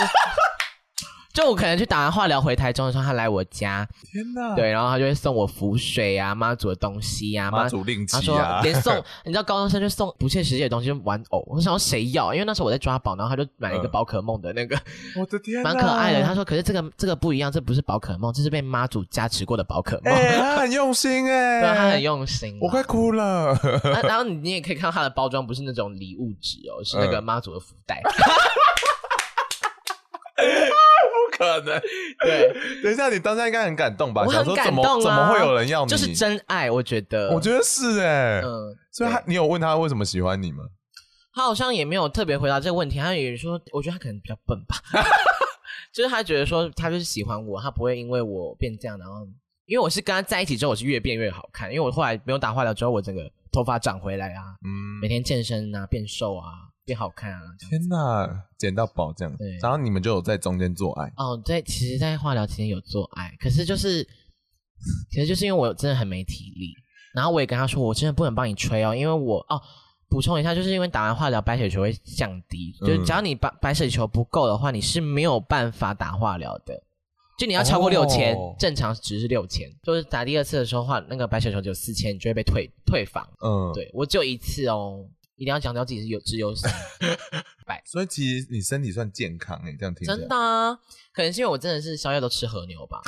[SPEAKER 2] 就我可能去打完化疗回台中的时候，他来我家，
[SPEAKER 3] 天哪！，
[SPEAKER 2] 对，然后他就会送我符水啊、妈祖的东西啊、
[SPEAKER 3] 妈祖令
[SPEAKER 2] 他
[SPEAKER 3] 旗
[SPEAKER 2] 说
[SPEAKER 3] 啊，
[SPEAKER 2] 连 送，你知道高中生就送不切实际的东西，就玩偶。我想说谁要？因为那时候我在抓宝，然后他就买了一个
[SPEAKER 3] 嗯
[SPEAKER 2] 宝可梦的那个，
[SPEAKER 3] 我的天哪，
[SPEAKER 2] 蛮可爱的。他说：“可是这个这个不一样，这不是宝可梦，这是被妈祖加持过的宝可梦。
[SPEAKER 3] 哎，他很用心哎，
[SPEAKER 2] 对，他很用心啊。
[SPEAKER 3] 我快哭了。
[SPEAKER 2] 啊然后你你也可以看到它的包装不是那种礼物纸哦，是那
[SPEAKER 3] 嗯
[SPEAKER 2] 个妈祖的福袋。
[SPEAKER 3] 不可 能。
[SPEAKER 2] 对，
[SPEAKER 3] 等一下，你当下应该很感动吧？
[SPEAKER 2] 我
[SPEAKER 3] 想
[SPEAKER 2] 很
[SPEAKER 3] 说
[SPEAKER 2] 感
[SPEAKER 3] 怎么
[SPEAKER 2] 动啊
[SPEAKER 3] 怎么会有人要你？
[SPEAKER 2] 就是真爱，我觉得。
[SPEAKER 3] 我觉得是哎
[SPEAKER 2] 得，嗯，
[SPEAKER 3] 所以他你有问他为什么喜欢你吗？
[SPEAKER 2] 他好像也没有特别回答这个问题，他也说，我觉得他可能比较笨吧， 就是他觉得说他就是喜欢我，他不会因为我变这样，然后因为我是跟他在一起之后，我是越变越好看，因为我后来没有打化疗之后，我整个头发长回来啊，
[SPEAKER 3] 嗯
[SPEAKER 2] 每，天健身啊，变瘦啊，变好看啊，这样。
[SPEAKER 3] 天哪，捡到宝这样
[SPEAKER 2] 对。
[SPEAKER 3] 然后你们就有在中间做爱，
[SPEAKER 2] 哦，对，其实，在化疗期间有做爱，可是就是，其实就是因为我真的很没体力，然后我也跟他说，我真的不能帮你吹哦，因为我哦，补充一下，就是因为打完化疗白血球会降低，就是
[SPEAKER 3] 嗯
[SPEAKER 2] 只要你白白血球不够的话，你是没有办法打化疗的。就你要超过
[SPEAKER 3] 哦
[SPEAKER 2] 六千、正常值是六千，就是打第二次的时候话，那个白血球只有四千，你就会被退退房。
[SPEAKER 3] 嗯，。
[SPEAKER 2] 对我只有一次哦，一定要强调自己是有自 由身。
[SPEAKER 3] 所以其实你身体算健康哎，这样听起来
[SPEAKER 2] 真的啊，可能是因为我真的是宵夜都吃和牛吧。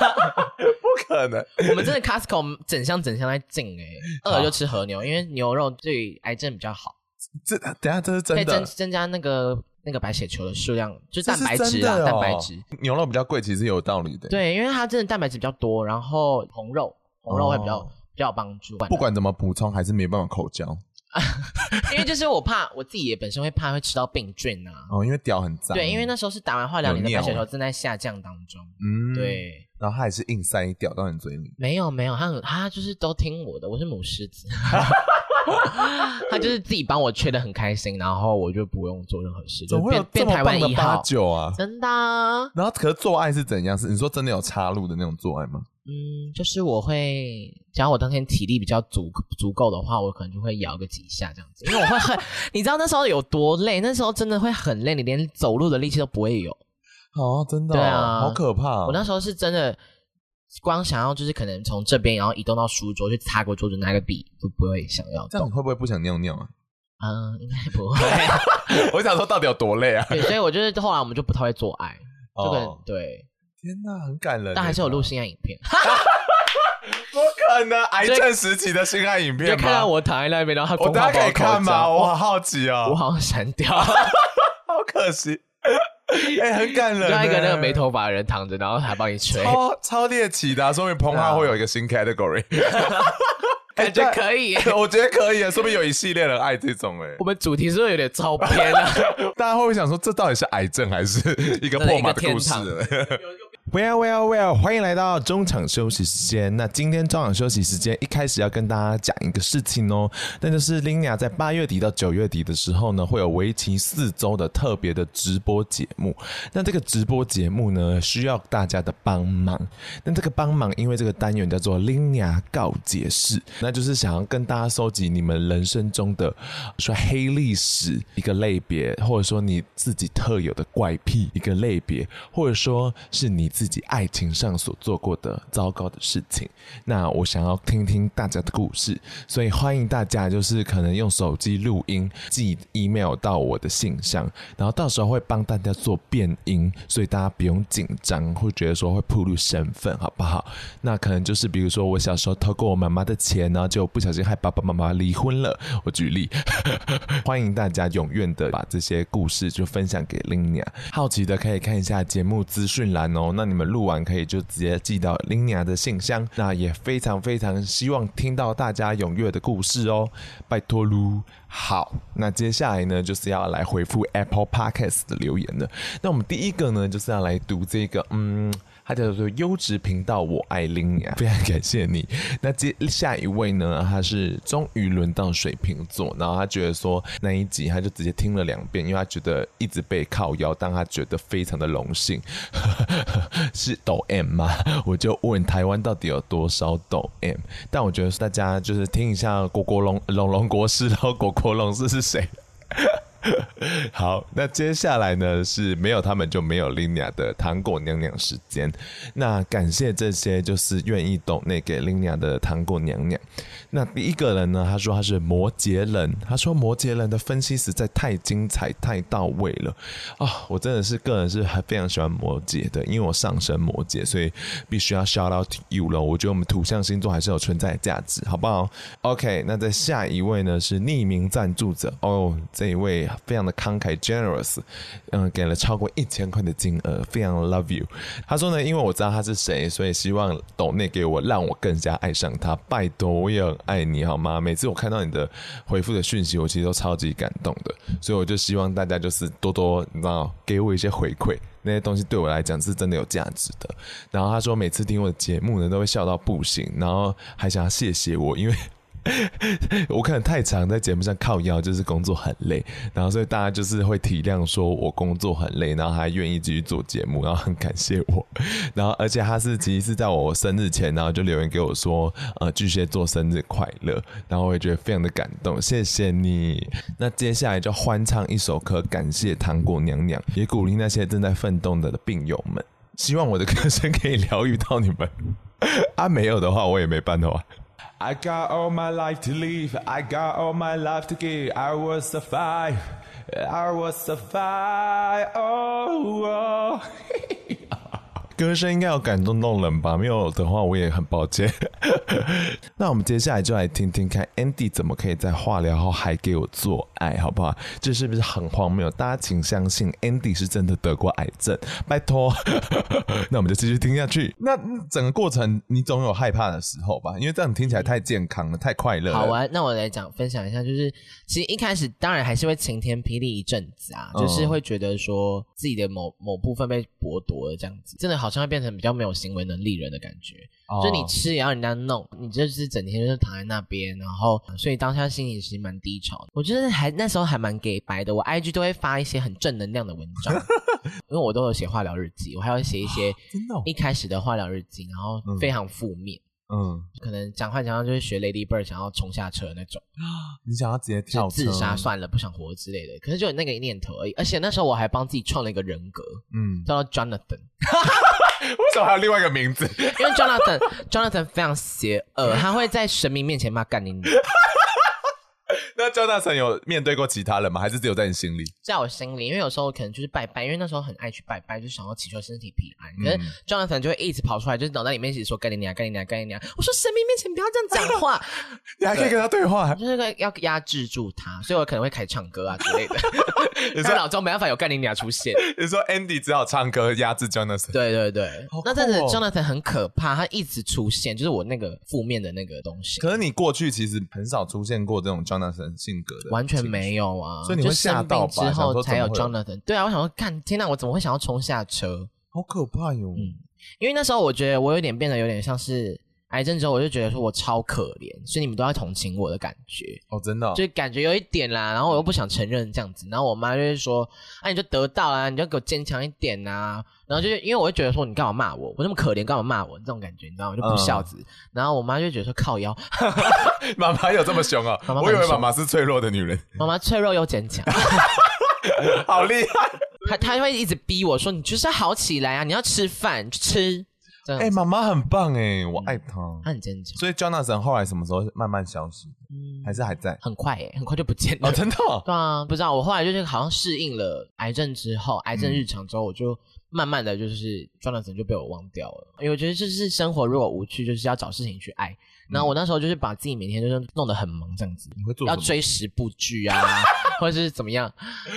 [SPEAKER 3] 不可能。
[SPEAKER 2] 我们真的 Costco 整箱整箱在进哎、饿了就吃和牛，因为牛肉对癌症比较好，
[SPEAKER 3] 这等一下这是
[SPEAKER 2] 可
[SPEAKER 3] 真
[SPEAKER 2] 以增
[SPEAKER 3] 的，
[SPEAKER 2] 增加那个那个白血球的数量，就是
[SPEAKER 3] 这
[SPEAKER 2] 蛋
[SPEAKER 3] 是
[SPEAKER 2] 白
[SPEAKER 3] 真
[SPEAKER 2] 质
[SPEAKER 3] 的
[SPEAKER 2] 啊，
[SPEAKER 3] 哦
[SPEAKER 2] 蛋白质。
[SPEAKER 3] 牛肉比较贵，其实有道理的。，
[SPEAKER 2] 对，因为它真的蛋白质比较多，然后红肉红肉会比较、
[SPEAKER 3] 哦
[SPEAKER 2] 比较有帮助。
[SPEAKER 3] 不管怎么补充，还是没办法口交
[SPEAKER 2] 因为就是我怕我自己也本身会怕会吃到病菌啊。
[SPEAKER 3] 哦，因为屌很 脏。
[SPEAKER 2] 对，因为那时候是打完化疗，
[SPEAKER 3] 有
[SPEAKER 2] 你的白
[SPEAKER 3] 尿
[SPEAKER 2] 血
[SPEAKER 3] 啊
[SPEAKER 2] 球正在下降当中。
[SPEAKER 3] 嗯，。
[SPEAKER 2] 对，
[SPEAKER 3] 然后他还是硬塞屌到你嘴里，
[SPEAKER 2] 没有没有，他很他就是都听我的，我是母狮子，他就是自己帮我吹的很开心，然后我就不用做任何事，
[SPEAKER 3] 怎
[SPEAKER 2] 就
[SPEAKER 3] 么会有
[SPEAKER 2] 变
[SPEAKER 3] 这
[SPEAKER 2] 变台
[SPEAKER 3] 么棒
[SPEAKER 2] 湾
[SPEAKER 3] 的
[SPEAKER 2] 一
[SPEAKER 3] 八
[SPEAKER 2] 号，
[SPEAKER 3] 九啊？
[SPEAKER 2] 真的啊、
[SPEAKER 3] 然后可是做爱是怎样？是你说真的有插入的那种做爱吗？
[SPEAKER 2] 嗯，就是我会假如我当天体力比较足足够的话，我可能就会摇个几下这样子，因为我会很， 你知道那时候有多累，那时候真的会很累，你连走路的力气都不会有。
[SPEAKER 3] 哦，真的、哦，
[SPEAKER 2] 对啊
[SPEAKER 3] 好可怕、哦。
[SPEAKER 2] 我那时候是真的，光想要就是可能从这边，然后移动到书桌去擦过桌子，拿个笔都不会想要
[SPEAKER 3] 这样
[SPEAKER 2] 动
[SPEAKER 3] 你。会不会不想尿尿啊？
[SPEAKER 2] 嗯，应该不会。
[SPEAKER 3] 我想说，到底有多累啊？
[SPEAKER 2] 对，所以 我就是后来我们就不太会做爱，这个、
[SPEAKER 3] 哦，
[SPEAKER 2] 对，
[SPEAKER 3] 天哪，很感人耶。欸哦
[SPEAKER 2] 但还是有录性爱影 片，
[SPEAKER 3] 不可能，癌症时期的性爱影
[SPEAKER 2] 就
[SPEAKER 3] 片
[SPEAKER 2] 看到
[SPEAKER 3] 吗？
[SPEAKER 2] 我躺在那边，然后他
[SPEAKER 3] 我
[SPEAKER 2] 疯
[SPEAKER 3] 大
[SPEAKER 2] 狂把
[SPEAKER 3] 家可以
[SPEAKER 2] 我口
[SPEAKER 3] 看吗？
[SPEAKER 2] 罩
[SPEAKER 3] 我好好奇哦，
[SPEAKER 2] 我好像删 掉。
[SPEAKER 3] 好可惜。哎、很感人耶。
[SPEAKER 2] 另外一个那个没头发的人躺着，然后还帮你吹，
[SPEAKER 3] 超超猎奇的、啊，说明彭浩会有一个 新 category，哎
[SPEAKER 2] 感觉可以耶。
[SPEAKER 3] 我觉得可以啊，说明有一系列人爱这种哎、
[SPEAKER 2] 我们主题是不是有点超偏啊 了？
[SPEAKER 3] 大家会不会想说，这到底是癌症还 是一个破马的故事
[SPEAKER 2] 一个？
[SPEAKER 3] Well, well, well！欢迎来到中场休息时间。那今天中场休息时间一开始要跟大家讲一个事情哦，那就是 Lina 在八月底到九月底的时候呢，会有为期四周的特别的直播节目。那这个直播节目呢，需要大家的帮忙。那这个帮忙，因为这个单元叫做 Lina 告解室，那就是想要跟大家收集你们人生中的说黑历史一个类别，或者说你自己特有的怪癖一个类别，或者说是你自己爱情上所做过的糟糕的事情。那我想要听听大家的故事，所以欢迎大家就是可能用手机录音，寄 email 到我的信箱，然后到时候会帮大家做变音，所以大家不用紧张，会觉得说会暴露身份，好不好？那可能就是比如说我小时候偷过我妈妈的钱，然后就不小心害爸爸妈妈离婚了，我举例。 欢迎大家踊跃的把这些故事就分享给 Linia，好奇的可以看一下节目资讯栏哦。那你们录完可以就直接寄到 Linia 的信箱，那也非常非常希望听到大家踊跃的故事哦，拜托噜。好，那接下来呢，就是要来回复 Apple Podcast 的留言了。那我们第一个呢，就是要来读这个，嗯。他叫做优质频道，我爱林雅，非常感谢你。那接下一位呢，他是终于轮到水瓶座，然后他觉得说那一集他就直接听了两遍，因为他觉得一直被靠腰，但他觉得非常的荣幸。 是抖 M 吗？我就问台湾到底有多少抖 M，但我觉得大家就是听一下果果龙龙龙国师，然后果果龙师是谁？好，那接下来呢是没有他们就没有 Linia 的糖果娘娘时间。那感谢这些就是愿意懂那给 Linia 的糖果娘娘。那第一个人呢，他说他是摩羯人，他说摩羯人的分析实在太精彩、太到位了啊、我真的是个人是还非常喜欢摩羯的，因为我上升摩羯，所以必须要 shout out to you 了。我觉得我们土象星座还是有存在的价值，好不好？OK，那在下一位呢是匿名赞助者哦，这一位非常的慷慨 generous，嗯，给了超过一千块的金额，非常 love you。他说呢，因为我知道他是谁，所以希望抖内给我，让我更加爱上他。拜托，我也很爱你好吗？每次我看到你的回复的讯息，我其实都超级感动的，所以我就希望大家就是多多，你知道，给我一些回馈。那些东西对我来讲是真的有价值的。然后他说，每次听我的节目呢，都会笑到不行，然后还想要谢谢我，因为 我可能太常在节目上靠腰，就是工作很累，然后所以大家就是会体谅说我工作很累，然后还愿意继续做节目，然后很感谢我。 然后而且他是其实是在我生日前，然后就留言给我说，呃，巨蟹座生日快乐，然后我也觉得非常的感动，谢谢你。那接下来就欢唱一首歌，感谢糖果娘娘，也鼓励那些正在奋斗的病友们，希望我的歌声可以疗愈到你们。 啊，没有的话我也没办法。I got all my life to live. I got all my life to give. I will survive. I will survive. Oh, oh. 歌声应该有感动到人吧？没有的话，我也很抱歉。 那我们接下来就来听听看 Andy 怎么可以在化疗后还给我做爱，好不好？这是不是很荒谬？大家请相信 Andy 是真的得过癌症，拜托。 那我们就继续听下去。那整个过程你总有害怕的时候吧？因为这样听起来太健康了，太快乐了。
[SPEAKER 2] 好啊玩，那我来讲分享一下，就是其实一开始当然还是会晴天霹雳一阵子啊，
[SPEAKER 3] 嗯
[SPEAKER 2] 就是会觉得说自己的某某部分被剥夺了这样子，真的好像会变成比较没有行为能力人的感觉，
[SPEAKER 3] 哦
[SPEAKER 2] 就你吃也要人家弄，你就是整天就是躺在那边，然后所以当下心情其实蛮低潮的。我就是还那时候还蛮给白的，我 IG 都会发一些很正能量的文 章，因为我都有写化疗日记，我还会写一些
[SPEAKER 3] 真的哦
[SPEAKER 2] 一开始的化疗日记，然后非常负面。
[SPEAKER 3] 嗯，
[SPEAKER 2] 可能讲话讲话就会学 Lady Bird 想要冲下车那种，
[SPEAKER 3] 你想要直接
[SPEAKER 2] 就
[SPEAKER 3] 跳
[SPEAKER 2] 自
[SPEAKER 3] 车
[SPEAKER 2] 杀算了，不想活之类的。可是就有那个念头而已，而且那时候我还帮自己创了一个人格，
[SPEAKER 3] 嗯，
[SPEAKER 2] 叫做 Jonathan，
[SPEAKER 3] 为什么还有另外一个名字？
[SPEAKER 2] 因为 Jonathan Jonathan 非常邪恶，他会在神明面前骂干你娘，
[SPEAKER 3] 那焦大成有面对过其他人吗？还是只有在你心里？
[SPEAKER 2] 在我心里，因为有时候可能就是拜拜，因为那时候很爱去拜拜，就想要祈求身体平安。可
[SPEAKER 3] 嗯
[SPEAKER 2] 是 Jonathan 就会一直跑出来，就是脑袋里面一直说干你娘，干你娘，干你娘。我说神明面前不要这样讲 话，
[SPEAKER 3] 你还可以跟他对话，
[SPEAKER 2] 就是个要压制住他，所以我可能会开始唱歌啊之类的。
[SPEAKER 3] 你
[SPEAKER 2] 在
[SPEAKER 3] 说
[SPEAKER 2] 老中没办法有干你娘出 现。
[SPEAKER 3] 你说 Andy 只好唱歌压制 Jonathan，
[SPEAKER 2] 对对对，
[SPEAKER 3] 好酷哦
[SPEAKER 2] 那阵子 Jonathan 很可怕，他一直出现，就是我那个负面的那个东西，
[SPEAKER 3] 可是你过去其实很少出现过这种 Jonathan 性格的，
[SPEAKER 2] 完全。没有啊。
[SPEAKER 3] 所以你会
[SPEAKER 2] 就生
[SPEAKER 3] 吓到吧
[SPEAKER 2] 病之
[SPEAKER 3] 想
[SPEAKER 2] 后
[SPEAKER 3] 说
[SPEAKER 2] 才有
[SPEAKER 3] 怎么
[SPEAKER 2] Jonathan。对啊，我想说，看天哪，我怎么会想要冲下车？
[SPEAKER 3] 好可怕哟！
[SPEAKER 2] 嗯因为那时候我觉得我有点变得有点像是癌症之后，我就觉得说我超可怜，所以你们都要同情我的感觉，
[SPEAKER 3] 哦，真的哦、
[SPEAKER 2] 就感觉有一点啦。然后我又不想承认这样子，然后我妈就会说：“啊，你就得到啦，你就给我坚强一点呐、然后就是因为我就觉得说你干嘛骂我，我那么可怜干嘛骂我这种感觉，你知道吗？就
[SPEAKER 3] 嗯
[SPEAKER 2] 不孝子。然后我妈就觉得说靠腰，
[SPEAKER 3] 妈妈有这么凶啊、
[SPEAKER 2] 妈妈
[SPEAKER 3] 我以
[SPEAKER 2] 蛮
[SPEAKER 3] 为
[SPEAKER 2] 凶
[SPEAKER 3] 妈妈是脆弱的女 人，
[SPEAKER 2] 妈妈脆弱又坚强，
[SPEAKER 3] 好厉害！
[SPEAKER 2] 她她会一直逼我说你就是要好起来啊，你要吃饭就吃，这样
[SPEAKER 3] 哎、妈妈很棒哎、我爱她。
[SPEAKER 2] 她很坚强，
[SPEAKER 3] 所以 Jonathan 后来什么时候慢慢消失，
[SPEAKER 2] 嗯
[SPEAKER 3] 还是还在？
[SPEAKER 2] 很快哎、很快就不见了
[SPEAKER 3] 哦，。真的哦、
[SPEAKER 2] 对啊，不知道我后来就是好像适应了癌症之后，癌症日
[SPEAKER 3] 嗯
[SPEAKER 2] 常之后，我就慢慢的就是 Jonathan 就被我忘掉了，因为我觉得就是生活如果无趣，就是要找事情去爱。然后我那时候就是把自己每天就是弄得很忙这样子，
[SPEAKER 3] 你会嗯做
[SPEAKER 2] 要
[SPEAKER 3] 什么？
[SPEAKER 2] 追十部剧啊， 或者是怎么样，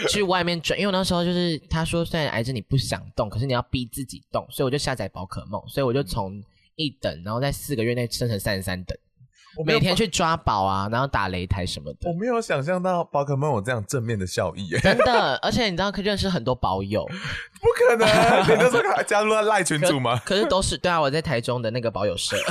[SPEAKER 2] 去外面追。因为我那时候就是他说，虽然癌症你不想动，可是你要逼自己动，所以我就下载宝可梦，所以我
[SPEAKER 3] 嗯
[SPEAKER 2] 就从一等，然后在四个月内升成三十三等，
[SPEAKER 3] 我没有
[SPEAKER 2] 每天去抓宝啊，然后打擂台什么的
[SPEAKER 3] 我。没有想象到宝可梦有这样正面的效益、欸，
[SPEAKER 2] 真的， 而且你知道可以认识很多宝友，
[SPEAKER 3] 不可 能！你那时候还加入了赖群主吗？
[SPEAKER 2] 可是都是对啊，我在台中的那个宝友社，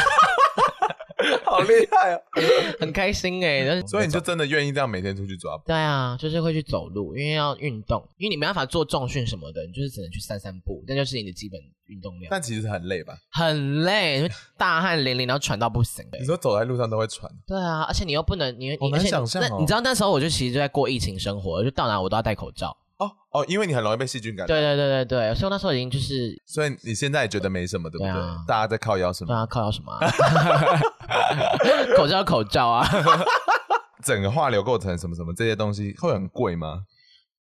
[SPEAKER 3] 好厉害哦！
[SPEAKER 2] 很开心哎、就是
[SPEAKER 3] 所以你就真的愿意这样每天出去抓？
[SPEAKER 2] 对啊，就是会去走路，因为要运动，因为你没办法做重训什么的，你就是只能去散散步，那就是你的基本运动量。
[SPEAKER 3] 但其实很累吧？
[SPEAKER 2] 很累，你会大汗淋漓，然后喘到不行。
[SPEAKER 3] 你说走在路上都会喘，
[SPEAKER 2] 对啊，而且你又不能，你
[SPEAKER 3] 好难
[SPEAKER 2] 而且
[SPEAKER 3] 想象哦
[SPEAKER 2] 那你知道那时候我就其实就在过疫情生活，就到哪我都要戴口罩。
[SPEAKER 3] 哦哦，因为你很容易被细菌感染，
[SPEAKER 2] 对对对对对，所以我那时候已经就是
[SPEAKER 3] 所以你现在也觉得没什么，对不对？
[SPEAKER 2] 对啊
[SPEAKER 3] 大家在靠腰什
[SPEAKER 2] 对
[SPEAKER 3] 么？
[SPEAKER 2] 啊，靠要什么、啊？ 口罩口罩啊，
[SPEAKER 3] 整个化流构成什么什么这些东西会很贵吗？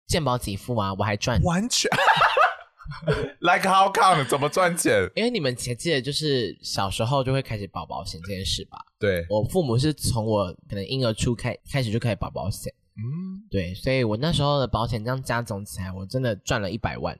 [SPEAKER 2] 健保给付啊，我还赚
[SPEAKER 3] 完全，like how come 怎么赚钱？
[SPEAKER 2] 因为你们还记得，就是小时候就会开始保保险这件事吧？
[SPEAKER 3] 对，
[SPEAKER 2] 我父母是从我可能婴儿出开开始就开始保保险，
[SPEAKER 3] 嗯，
[SPEAKER 2] 对，所以我那时候的保险这样加总起来，我真的赚了一百万。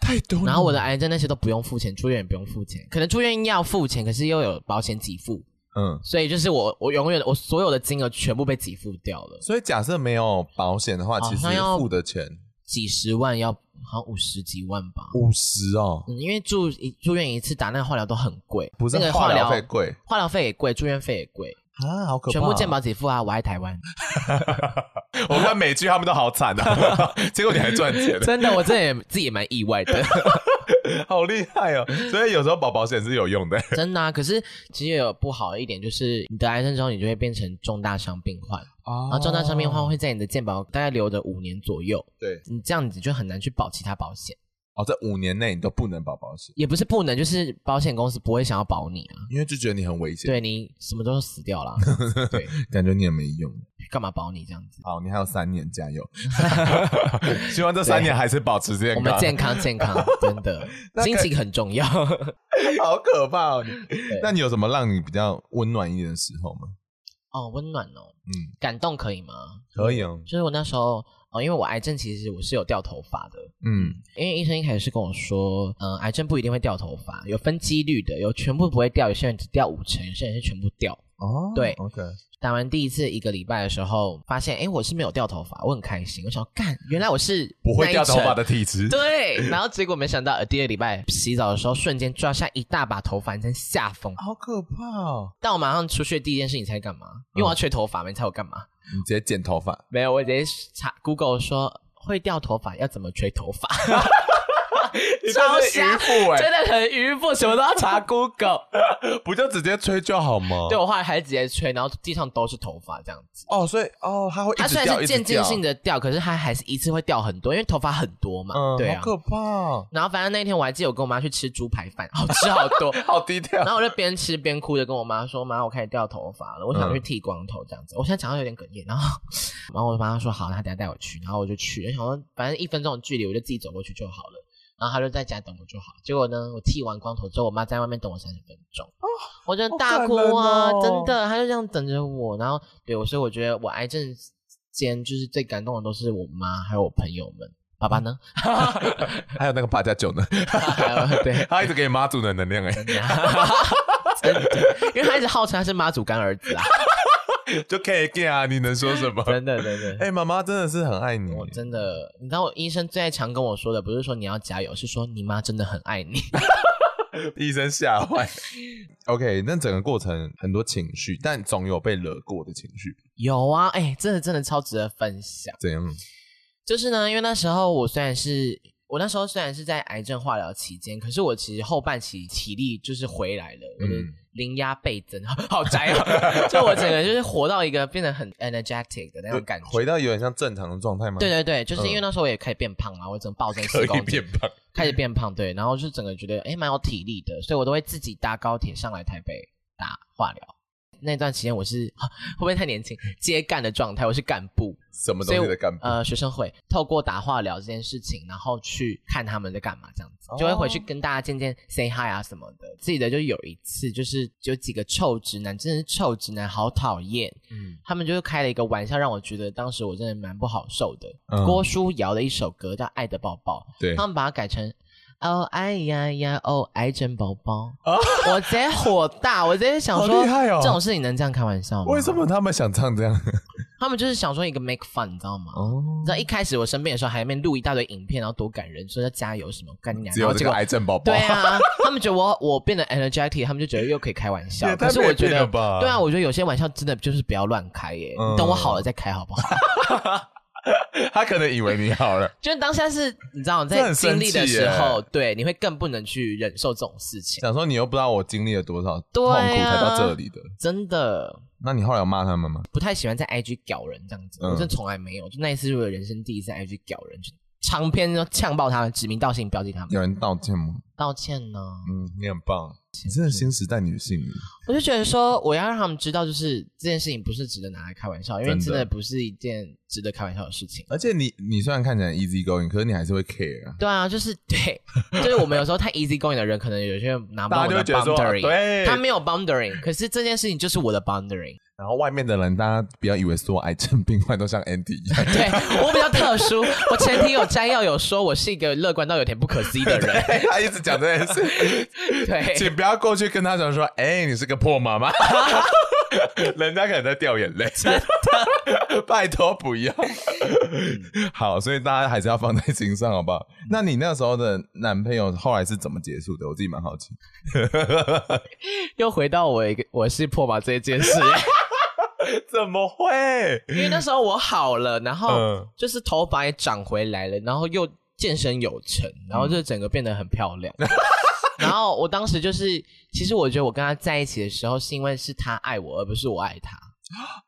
[SPEAKER 3] 太多了。
[SPEAKER 2] 然后我的癌症那些都不用付钱，住院也不用付钱，可能住院要付钱，可是又有保险给付，
[SPEAKER 3] 嗯，
[SPEAKER 2] 所以就是我我永远我所有的金额全部被给付掉了，
[SPEAKER 3] 所以假设没有保险的话，
[SPEAKER 2] 好
[SPEAKER 3] 其实
[SPEAKER 2] 像要
[SPEAKER 3] 付的钱
[SPEAKER 2] 几十万要好像五十几万吧。
[SPEAKER 3] 五十哦，
[SPEAKER 2] 嗯，因为住一住院一次打那个化疗都很贵，
[SPEAKER 3] 不是
[SPEAKER 2] 那个
[SPEAKER 3] 化疗
[SPEAKER 2] 疗
[SPEAKER 3] 费贵
[SPEAKER 2] 化疗费也贵，住院费也贵，
[SPEAKER 3] 啊，好可怕！
[SPEAKER 2] 全部健保给付啊！我爱台湾，
[SPEAKER 3] 我看美剧他们都好惨啊， 结果你还赚钱，
[SPEAKER 2] 真的，我真的也自己也蛮意外的，
[SPEAKER 3] 好厉害哦！所以有时候保保险是有用的。
[SPEAKER 2] 真的、啊。可是其实也有不好的一点，就是你得癌症之后，你就会变成重大伤病患，
[SPEAKER 3] 啊
[SPEAKER 2] 然后重大伤病患会在你的健保大概留着五年左右，
[SPEAKER 3] 对
[SPEAKER 2] 你这样子就很难去保其他保险，
[SPEAKER 3] 哦，在五年内你都不能保保险，
[SPEAKER 2] 也不是不能，就是保险公司不会想要保你啊，
[SPEAKER 3] 因为就觉得你很危险，
[SPEAKER 2] 对你什么都死 掉了，对，
[SPEAKER 3] 感觉你也没用。
[SPEAKER 2] 干嘛保你这样子？
[SPEAKER 3] 好，你还有三年，加 油！希望这三年还是保持健
[SPEAKER 2] 我
[SPEAKER 3] 康。
[SPEAKER 2] 们健康健康，真 的，
[SPEAKER 3] 那
[SPEAKER 2] 心
[SPEAKER 3] 可
[SPEAKER 2] 情很重要。
[SPEAKER 3] 好可怕哦！你那你有什么让你比较温暖一点的时候吗？
[SPEAKER 2] 哦，温暖哦，
[SPEAKER 3] 嗯，
[SPEAKER 2] 感动可以吗？
[SPEAKER 3] 可以哦。
[SPEAKER 2] 就是我那时候，哦，因为我癌症其实我是有掉头发的，
[SPEAKER 3] 嗯，
[SPEAKER 2] 因为医生一开始是跟我说，嗯、癌症不一定会掉头发，有分几率的，有全部不会掉，有些人只掉五成，有些人是全部掉。
[SPEAKER 3] 哦
[SPEAKER 2] 对
[SPEAKER 3] ，OK，
[SPEAKER 2] 打完第一次一个礼拜的时候，发现哎，我是没有掉头发，我很开心。我想说干，原来我是
[SPEAKER 3] 不会掉头发
[SPEAKER 2] 那一
[SPEAKER 3] 的体质
[SPEAKER 2] 层。。对，然后结果没想到，呃第二礼拜洗澡的时候，瞬间抓下一大把头发，你真吓疯。
[SPEAKER 3] 好可怕哦！
[SPEAKER 2] 但我马上出去的第一件事，你猜干嘛？因为
[SPEAKER 3] 嗯
[SPEAKER 2] 我要吹头发嘛，你猜我干嘛？
[SPEAKER 3] 你直接剪头发，
[SPEAKER 2] 没有，我直接查 Google 说会掉头发要怎么吹头发。
[SPEAKER 3] 你真
[SPEAKER 2] 超
[SPEAKER 3] 的是
[SPEAKER 2] 瞎
[SPEAKER 3] 渔，夫哎
[SPEAKER 2] 真的很愚不，什么都要 查 Google。
[SPEAKER 3] 不就直接吹就好吗？
[SPEAKER 2] 对我后来还直接吹，然后地上都是头发这样子。
[SPEAKER 3] 哦，所以哦，它会一
[SPEAKER 2] 它
[SPEAKER 3] 直
[SPEAKER 2] 虽然
[SPEAKER 3] 掉
[SPEAKER 2] 是渐进性，
[SPEAKER 3] 一直
[SPEAKER 2] 的掉，可是它还是一次会掉很多，因为头发很多嘛。
[SPEAKER 3] 掉嗯，
[SPEAKER 2] 对啊
[SPEAKER 3] 好。可怕哦，
[SPEAKER 2] 然后反正那天我还记得我跟我妈去吃猪排饭，好吃好 多。
[SPEAKER 3] 好低调
[SPEAKER 2] 然。后我就边吃边哭着跟我妈说：“妈，我开始掉头发了，我
[SPEAKER 3] 嗯
[SPEAKER 2] 想去剃光头这样子。我现在讲到有点哽咽。”然后，然后我妈说：“好，她等下带我去。”然后我就去，然后反正一分钟的距离，我就自己走过去就好了。然后她就在家等我就好。结果呢，我剃完光头之后，我妈在外面等我三十分钟，我真的大哭啊！
[SPEAKER 3] 哦好感人哦
[SPEAKER 2] 真的，她就这样等着我。然后，对我，所以我觉得我癌症间就是最感动的都是我妈还有我朋友们。爸爸呢？
[SPEAKER 3] 还有那个八加九呢，
[SPEAKER 2] 还 有对，
[SPEAKER 3] 他一直给你妈祖的能量哎，
[SPEAKER 2] 真的，因为他一直号称他是妈祖干儿子啊，
[SPEAKER 3] 就可以 get 啊，你能说什么？
[SPEAKER 2] 真的真的。
[SPEAKER 3] 哎，妈妈真的是很爱你，
[SPEAKER 2] 我真的，你知道我医生最爱常跟我说的，不是说你要加油，是说你妈真的很爱你。
[SPEAKER 3] 医生吓坏。OK，那整个过程很多情绪，但总有被惹过的情绪，
[SPEAKER 2] 有啊，哎、真的真的超值得分享。
[SPEAKER 3] 怎样？
[SPEAKER 2] 就是呢，因为那时候我虽然是我那时候虽然是在癌症化疗期间，可是我其实后半期体力就是回来了，我的
[SPEAKER 3] 嗯
[SPEAKER 2] 零压倍增， 好宅哦！就我整个就是活到一个变得很 energetic 的那种感觉。
[SPEAKER 3] 呃回到有点像正常的状态吗？
[SPEAKER 2] 对，对对，就是因为
[SPEAKER 3] 嗯
[SPEAKER 2] 那时候我也开始变胖嘛，我整个暴增
[SPEAKER 3] 可
[SPEAKER 2] 四
[SPEAKER 3] 以
[SPEAKER 2] 公斤
[SPEAKER 3] 变，胖。
[SPEAKER 2] 开始变胖，对，然后就整个觉得哎蛮有体力的，所以我都会自己搭高铁上来台北打化疗。那段期间我是 会不会太年轻，接干的状态，我是干部，
[SPEAKER 3] 什么
[SPEAKER 2] 所
[SPEAKER 3] 东
[SPEAKER 2] 以
[SPEAKER 3] 西的干部？
[SPEAKER 2] 呃学生会透过打化疗这件事情，然后去看他们在干嘛，这样子
[SPEAKER 3] 哦
[SPEAKER 2] 就会回去跟大家见见 say hi 啊什么的。记得就有一次，就是有几个臭直男，真的是臭直男，好讨厌。
[SPEAKER 3] 嗯
[SPEAKER 2] 他们就是开了一个玩笑，让我觉得当时我真的蛮不好受的。
[SPEAKER 3] 嗯
[SPEAKER 2] 郭书瑶的一首歌叫《爱的抱抱》，
[SPEAKER 3] 对
[SPEAKER 2] 他们把它改成哦哎呀呀哦癌症宝宝，
[SPEAKER 3] 啊，
[SPEAKER 2] 我直接火大，我直接想说
[SPEAKER 3] 好厉害哦
[SPEAKER 2] 这种事情能这样开玩笑吗？
[SPEAKER 3] 为什？么他们想唱这样？
[SPEAKER 2] 他们就是想说一个 make fun，你知道吗？
[SPEAKER 3] 哦
[SPEAKER 2] 你知道一开始我生病的时候，还在那边录一大堆影片，然后多感人，说要加油什么，干你娘！
[SPEAKER 3] 只
[SPEAKER 2] 然
[SPEAKER 3] 有
[SPEAKER 2] 后
[SPEAKER 3] 这
[SPEAKER 2] 结
[SPEAKER 3] 个
[SPEAKER 2] 果
[SPEAKER 3] 癌症宝宝。
[SPEAKER 2] 对啊，他们觉得我我变得 energetic，他们就觉得又可以开玩笑
[SPEAKER 3] 也。 太
[SPEAKER 2] 可是我觉
[SPEAKER 3] 被骗
[SPEAKER 2] 得，
[SPEAKER 3] 了吧
[SPEAKER 2] 对啊，我觉得有些玩笑真的就是不要乱开耶。
[SPEAKER 3] 嗯
[SPEAKER 2] 你等我好了再开好不好？
[SPEAKER 3] 他可能以为你 好了。
[SPEAKER 2] 就是当下是你知道你
[SPEAKER 3] 这
[SPEAKER 2] 在
[SPEAKER 3] 很
[SPEAKER 2] 经
[SPEAKER 3] 生
[SPEAKER 2] 历的
[SPEAKER 3] 气
[SPEAKER 2] 时
[SPEAKER 3] 耶
[SPEAKER 2] 候，对，你会更不能去忍受这种事情，
[SPEAKER 3] 想说你又不知道我经历了多少痛
[SPEAKER 2] 对
[SPEAKER 3] 苦
[SPEAKER 2] 啊
[SPEAKER 3] 才到这里的，
[SPEAKER 2] 真的
[SPEAKER 3] 那你后来有骂他们吗？
[SPEAKER 2] 不太喜欢在 IG 屌人这样子，
[SPEAKER 3] 嗯
[SPEAKER 2] 我真的从来没有，就那一次是我人生第一次 IG 屌人，就长篇都呛爆他们，指名道姓标记他们，
[SPEAKER 3] 有人道歉吗？
[SPEAKER 2] 道歉呢、
[SPEAKER 3] 嗯，你很棒，你真的新时代女性。欸
[SPEAKER 2] 我就觉得说，我要让他们知道，就是这件事情不是值得拿来开玩笑，因为
[SPEAKER 3] 真的
[SPEAKER 2] 真的不是一件值得开玩笑的事情。
[SPEAKER 3] 而且你你虽然看起来 easy going，可是你还是会 care 啊。
[SPEAKER 2] 对啊，就是对， 就是我们有时候太 easy going 的人，可能有些人拿不到我
[SPEAKER 3] 大家
[SPEAKER 2] 的
[SPEAKER 3] 就会觉得说
[SPEAKER 2] boundary，
[SPEAKER 3] 对
[SPEAKER 2] 他没有 boundary，可是这件事情就是我的 boundary，
[SPEAKER 3] 然后外面的人，大家不要以为所有癌症病患都像 Andy 一 样，
[SPEAKER 2] 对我比较特殊，我前提有摘要有说我是一个乐观到有点不可思议的 人，
[SPEAKER 3] 他一直讲这件事，
[SPEAKER 2] 对，
[SPEAKER 3] 请不要过去跟他讲说，哎、你是个破妈 妈，人家可能在掉眼泪，真的，拜托不要。好，所以大家还是要放在心上，好不好？那你那时候的男朋友后来是怎么结束的？我自己蛮好奇。
[SPEAKER 2] 又回到我一个我是破马这一件事，
[SPEAKER 3] 怎么会？
[SPEAKER 2] 因为那时候我好了，然后
[SPEAKER 3] 嗯
[SPEAKER 2] 就是头发也长回来了，然后又健身有成，然后就整个变得很漂亮。然后我当时就是，其实我觉得我跟他在一起的时候，是因为是他爱我，而不是我爱他。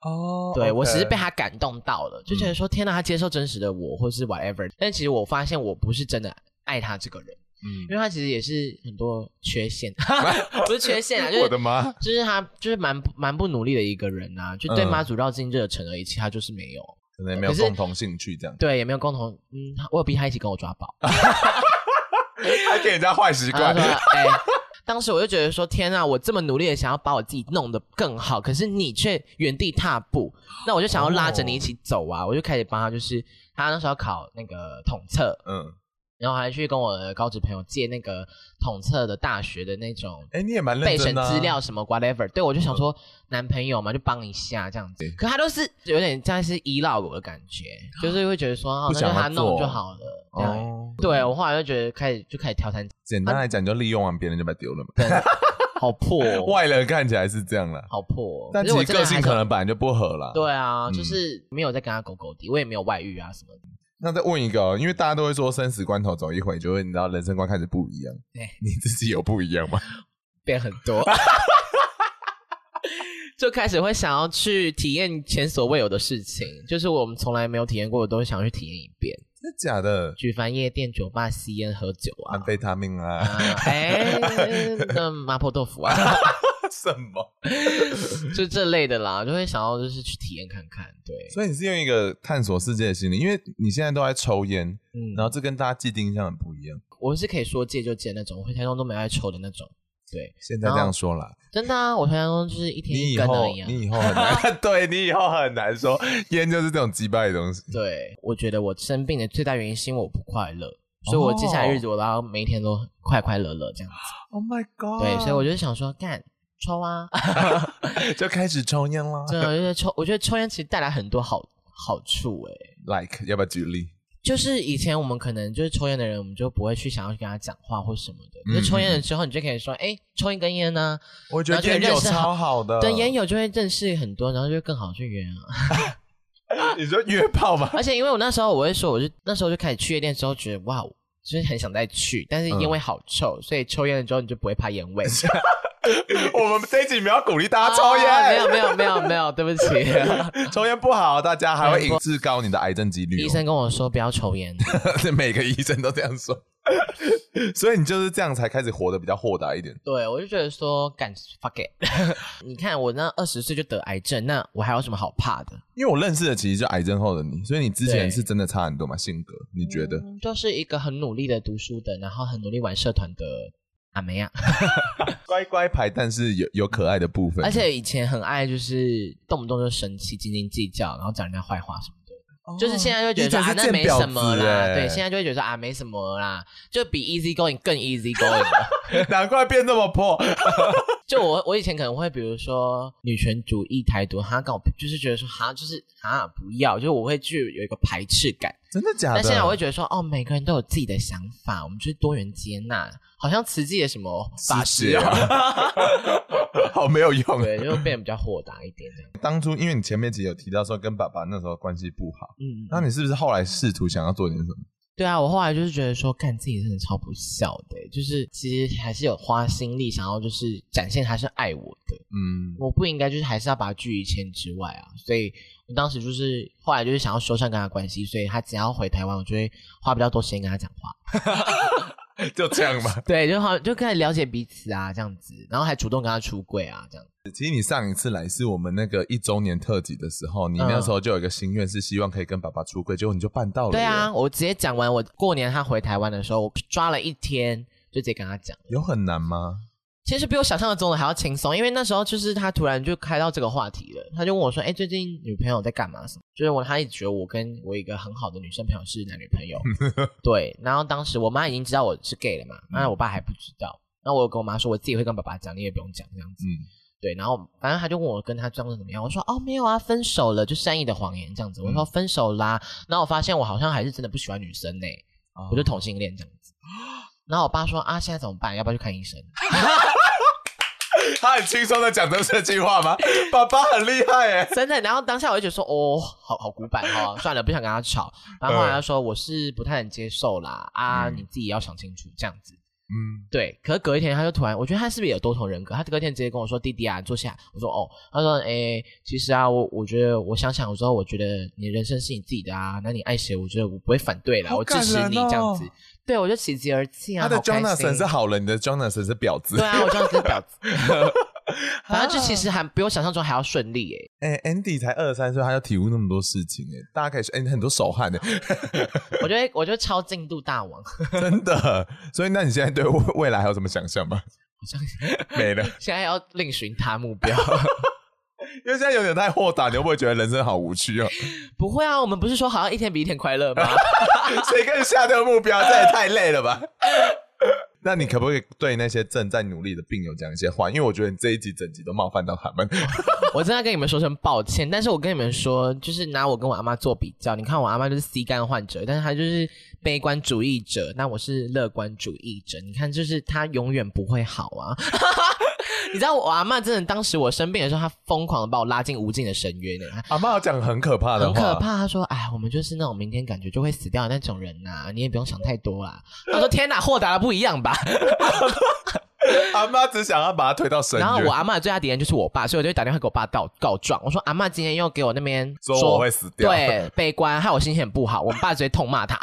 [SPEAKER 3] 哦
[SPEAKER 2] 对我只是被他感动到了，就觉得说天哪，他接受真实的我，或是 whatever。但其实我发现我不是真的爱他这个人，
[SPEAKER 3] 嗯
[SPEAKER 2] 因为他其实也是很多缺 陷，不是缺陷啊，就是
[SPEAKER 3] 我的妈！
[SPEAKER 2] 就是他就是蛮蛮不努力的一个人呐、就对
[SPEAKER 3] 嗯
[SPEAKER 2] 妈祖绕境热忱而已，其他就是没有。
[SPEAKER 3] 可能没有
[SPEAKER 2] 可是
[SPEAKER 3] 共同兴趣，这 样
[SPEAKER 2] 对，也没有共同，嗯，我有逼他一起跟我抓包。
[SPEAKER 3] 还给人家坏习
[SPEAKER 2] 然后他说，哎、当时我就觉得说，天啊，我这么努力的想要把我自己弄得更好，可是你却原地踏步，那我就想要拉着你一起走啊，我就开始帮他，就是他那时候考那个统测，
[SPEAKER 3] 嗯，
[SPEAKER 2] 然后还去跟我的高职朋友借那个统测的大学的那种
[SPEAKER 3] 哎，你也蛮认
[SPEAKER 2] 备审
[SPEAKER 3] 真的啊
[SPEAKER 2] 资料什么 whatever，对我就想说男朋友嘛，就帮一下这样子
[SPEAKER 3] 对。啊
[SPEAKER 2] 可他都是有点像是依赖我的感觉，就是会觉得说，哦
[SPEAKER 3] 不
[SPEAKER 2] 那就
[SPEAKER 3] 想
[SPEAKER 2] 他
[SPEAKER 3] 要
[SPEAKER 2] 弄
[SPEAKER 3] 做
[SPEAKER 2] 就好了。对，
[SPEAKER 3] 哦。
[SPEAKER 2] 对我后来就觉得开始就开始挑 三
[SPEAKER 3] 简单来讲，就利用完别人就把它丢了嘛。
[SPEAKER 2] 根，好破 哦，
[SPEAKER 3] 外人看起来是这样啦，
[SPEAKER 2] 好破哦。
[SPEAKER 3] 但
[SPEAKER 2] 可
[SPEAKER 3] 其
[SPEAKER 2] 是我
[SPEAKER 3] 实
[SPEAKER 2] 真的
[SPEAKER 3] 个
[SPEAKER 2] 还
[SPEAKER 3] 性
[SPEAKER 2] 是
[SPEAKER 3] 可能本来就不合啦。
[SPEAKER 2] 对啊，就
[SPEAKER 3] 嗯
[SPEAKER 2] 是没有在跟他狗狗的，我也没有外遇啊什么的。
[SPEAKER 3] 那再问一个、哦，因为大家都会说生死关头走一回，就会你知道人生观开始不一样。
[SPEAKER 2] 对
[SPEAKER 3] 你自己有不一样吗？
[SPEAKER 2] 变很多， 就开始会想要去体验前所未有的事情，就是我们从来没有体验过的东西，想要去体验一遍。
[SPEAKER 3] 真的假的？
[SPEAKER 2] 举凡夜店、酒吧、吸烟、喝酒啊
[SPEAKER 3] 安，非他命
[SPEAKER 2] 啊
[SPEAKER 3] 啊，
[SPEAKER 2] 哎、那麻婆豆腐啊，
[SPEAKER 3] 什么？
[SPEAKER 2] 就这类的啦，就会想要就是去体验看看。对，
[SPEAKER 3] 所以你是用一个探索世界的心理，因为你现在都在抽烟，
[SPEAKER 2] 嗯，
[SPEAKER 3] 然后这跟大家既定印象很不一样。
[SPEAKER 2] 我是可以说戒就戒那种，我回台中都没爱抽的那种。对，
[SPEAKER 3] 现在这样说啦，
[SPEAKER 2] 真的啊，我回台中就是一天
[SPEAKER 3] 你
[SPEAKER 2] 一
[SPEAKER 3] 以
[SPEAKER 2] 根
[SPEAKER 3] 后
[SPEAKER 2] 而已啊。
[SPEAKER 3] 你以后很 难，对你以后很难说烟就是这种击败的东西。
[SPEAKER 2] 对，我觉得我生病的最大原因是因为我不快乐，所以我接下来
[SPEAKER 3] 哦
[SPEAKER 2] 日子我都要每一天都快快乐乐这样子。
[SPEAKER 3] Oh my god！
[SPEAKER 2] 对，所以我就想说，干抽啊，
[SPEAKER 3] 就开始抽烟啦。
[SPEAKER 2] 真的就是抽。我觉得抽烟其实带来很多好好处欸诶、
[SPEAKER 3] Like 要不要举例？
[SPEAKER 2] 就是以前我们可能就是抽烟的人，我们就不会去想要去跟他讲话或什么的。可是抽
[SPEAKER 3] 嗯
[SPEAKER 2] 烟了之后，你就可以说，哎、抽一根烟呢、
[SPEAKER 3] 我觉
[SPEAKER 2] 然
[SPEAKER 3] 得
[SPEAKER 2] 后就
[SPEAKER 3] 烟
[SPEAKER 2] 认
[SPEAKER 3] 友
[SPEAKER 2] 识
[SPEAKER 3] 超
[SPEAKER 2] 好
[SPEAKER 3] 好的，
[SPEAKER 2] 对，烟友就会认识很多，然后就更好去约啊。
[SPEAKER 3] 你说约炮吧，
[SPEAKER 2] 而且因为我那时候我会说，我就那时候就开始去夜店之后，觉得哇，哦就是很想再去，但是
[SPEAKER 3] 嗯
[SPEAKER 2] 烟味好臭，所以抽烟了之后你就不会怕 烟味。
[SPEAKER 3] 我们这一集没有鼓励大家 抽
[SPEAKER 2] 啊没有
[SPEAKER 3] 烟，哎
[SPEAKER 2] 没有没有没有，对不 起。
[SPEAKER 3] 抽烟不好，大家还会引致高你的癌症几率 哦。哦
[SPEAKER 2] 医生跟我说不要抽烟，
[SPEAKER 3] 每个医生都这样说， 所以你就是这样才开始活得比较豁达一点。
[SPEAKER 2] 对我就觉得说敢 fuck it。你 看我那二十岁就得癌症，那我还有什么好怕的？
[SPEAKER 3] 因为我认识的其实就癌症后的你，所以你之前
[SPEAKER 2] 对
[SPEAKER 3] 是真的差很多嘛，性格你觉得？
[SPEAKER 2] 嗯就是一个很努力的读书的，然后很努力玩社团的阿梅啊，
[SPEAKER 3] 乖乖牌，但是有有可爱的部分，
[SPEAKER 2] 而且以前很爱就是动不动就生气、斤斤计较，然后讲人家坏话什么的。就是现在就会觉得说
[SPEAKER 3] 哦你
[SPEAKER 2] 啊，
[SPEAKER 3] 真是
[SPEAKER 2] 那没
[SPEAKER 3] 贱婊
[SPEAKER 2] 什么
[SPEAKER 3] 子
[SPEAKER 2] 啦，
[SPEAKER 3] 欸
[SPEAKER 2] 对，现在就会觉得说啊，没什么啦，就比 easy going 更 easy going 了。
[SPEAKER 3] 难怪变这么破。
[SPEAKER 2] 就我我以前可能会比如说女权主义、台独，哈，跟我就是觉得说哈，就是哈不要，就是我会去有一个排斥感。
[SPEAKER 3] 真的假的？
[SPEAKER 2] 但现在我会觉得说，哦，每个人都有自己的想法，我们就是多元接纳，好像慈济的什么法师
[SPEAKER 3] 啊
[SPEAKER 2] 哦，，
[SPEAKER 3] 好没有用。
[SPEAKER 2] 对，就变得比较豁达一点这样。
[SPEAKER 3] 当初因为你前面其实有提到说跟爸爸那时候关系不好，
[SPEAKER 2] 嗯，
[SPEAKER 3] 那你是不是后来试图想要做点什么？
[SPEAKER 2] 对啊，我后来就是觉得说，干自己真的超不孝的、欸就是其实还是有花心力，想要就是展现他是爱我的，
[SPEAKER 3] 嗯，
[SPEAKER 2] 我不应该就是还是要把他拒于千之外啊，所以我当时就是后来就是想要修缮跟他关系，所以他只要回台湾，我就会花比较多时间跟他讲话，
[SPEAKER 3] 嗯 就这样吧。
[SPEAKER 2] 对，就好就开始了解彼此啊这样子，然后还主动跟他出柜啊这样子，
[SPEAKER 3] 其实你上一次来是我们那个一周年特辑的时候，你
[SPEAKER 2] 嗯
[SPEAKER 3] 那时候就有一个心愿是希望可以跟爸爸出柜，结果你就办到了。
[SPEAKER 2] 对啊，，我直接讲完我过年他回台湾的时候，我抓了一天就直接跟他讲。
[SPEAKER 3] 有很难吗？
[SPEAKER 2] 其实比我想象中的还要轻松，因为那时候就是他突然就开到这个话题了，他就问我说：“哎、最近女朋友在干嘛？什么？”就是我他一直觉得我跟我一个很好的女生朋友是男女朋友，对。然后当时我妈已经知道我是 gay 了嘛，那我爸还不知道。那我有跟我妈说，我自己会跟爸爸讲，你也不用讲这样子。
[SPEAKER 3] 嗯，
[SPEAKER 2] 对，然后反正他就问我跟他状况怎么样，我说哦没有啊，分手了，就善意的谎言这样子。我说分手啦，然后我发现我好像还是真的不喜欢女生呢、哦我
[SPEAKER 3] 哦
[SPEAKER 2] 就同性恋这样子。然后我爸说啊，现在怎么办？要不要去看医生？
[SPEAKER 3] 他很轻松的讲出这句话吗？ 爸爸很厉害哎、
[SPEAKER 2] 真的。然后当下我就觉得说，哦，好好古板哈、算了，不想跟他吵。然后后来他说，我是不太能接受啦，啊，
[SPEAKER 3] 嗯
[SPEAKER 2] 你自己要想清楚这样子。
[SPEAKER 3] 嗯，
[SPEAKER 2] 对，可是隔一天他就突然，我觉得他是不是有多重人格？他隔天直接跟我说：“弟弟啊，你坐下。”我说：“哦。”他说：“诶，其实啊，我我觉得我想想之后，我觉得你人生是你自己的啊，那你爱谁，我觉得我不会反对啦，
[SPEAKER 3] 好
[SPEAKER 2] 我支持你
[SPEAKER 3] 感人哦
[SPEAKER 2] 这样子。”对，我就喜极而泣啊，
[SPEAKER 3] 他的
[SPEAKER 2] 好开心
[SPEAKER 3] Jonathan 是好人，你的 Jonathan 是婊子
[SPEAKER 2] 对。啊，我 Jonathan 是婊子。反正就其实还比我想象中还要顺利诶、
[SPEAKER 3] 哎、a n d y 才二十三岁，他就体悟那么多事情哎、大家可以说，哎、你很多手汗哎、
[SPEAKER 2] 我觉得我觉得超进度大王，好
[SPEAKER 3] 真的。所以，那你现在对未未来还有什么想象吗？
[SPEAKER 2] 像
[SPEAKER 3] 没了，
[SPEAKER 2] 现在要另寻他目标。
[SPEAKER 3] 因为现在有点太豁达，你会不会觉得人生好无 趣哦？
[SPEAKER 2] 不会啊，我们不是说好像一天比一天快乐 吗？
[SPEAKER 3] 谁跟你下这个目标？这也太累了吧！ 那你可不可以对那些正在努力的病友讲一些话？因为我觉得你这一集整集都冒犯到他 们。
[SPEAKER 2] 我真的跟你们说声抱歉，但是我跟你们说，就是拿我跟我阿妈做比较，你看我阿妈就是 C 肝患者，但是她就是悲观主义者，那我是乐观主义者。你看，就是她永远不会好啊。 你知道我阿嬷真的当时我生病的时候，她疯狂的把我拉进无尽的深渊呢。
[SPEAKER 3] 阿妈讲很可怕的
[SPEAKER 2] 很
[SPEAKER 3] 话，
[SPEAKER 2] 可怕。他说：“哎，我们就是那种明天感觉就会死掉的那种人呐、你也不用想太多啦。”他说：“天哪，豁达的不一样吧？”
[SPEAKER 3] 阿妈只想要把他推到深
[SPEAKER 2] 然后
[SPEAKER 3] 渊
[SPEAKER 2] 我，阿嬷的最大敌人就是我爸，所以我就打电话给我爸告告状。我说：“阿嬷今天又给我那边
[SPEAKER 3] 说我会死掉。，
[SPEAKER 2] 对悲观，害我心情很不好。”我爸直接痛骂 他。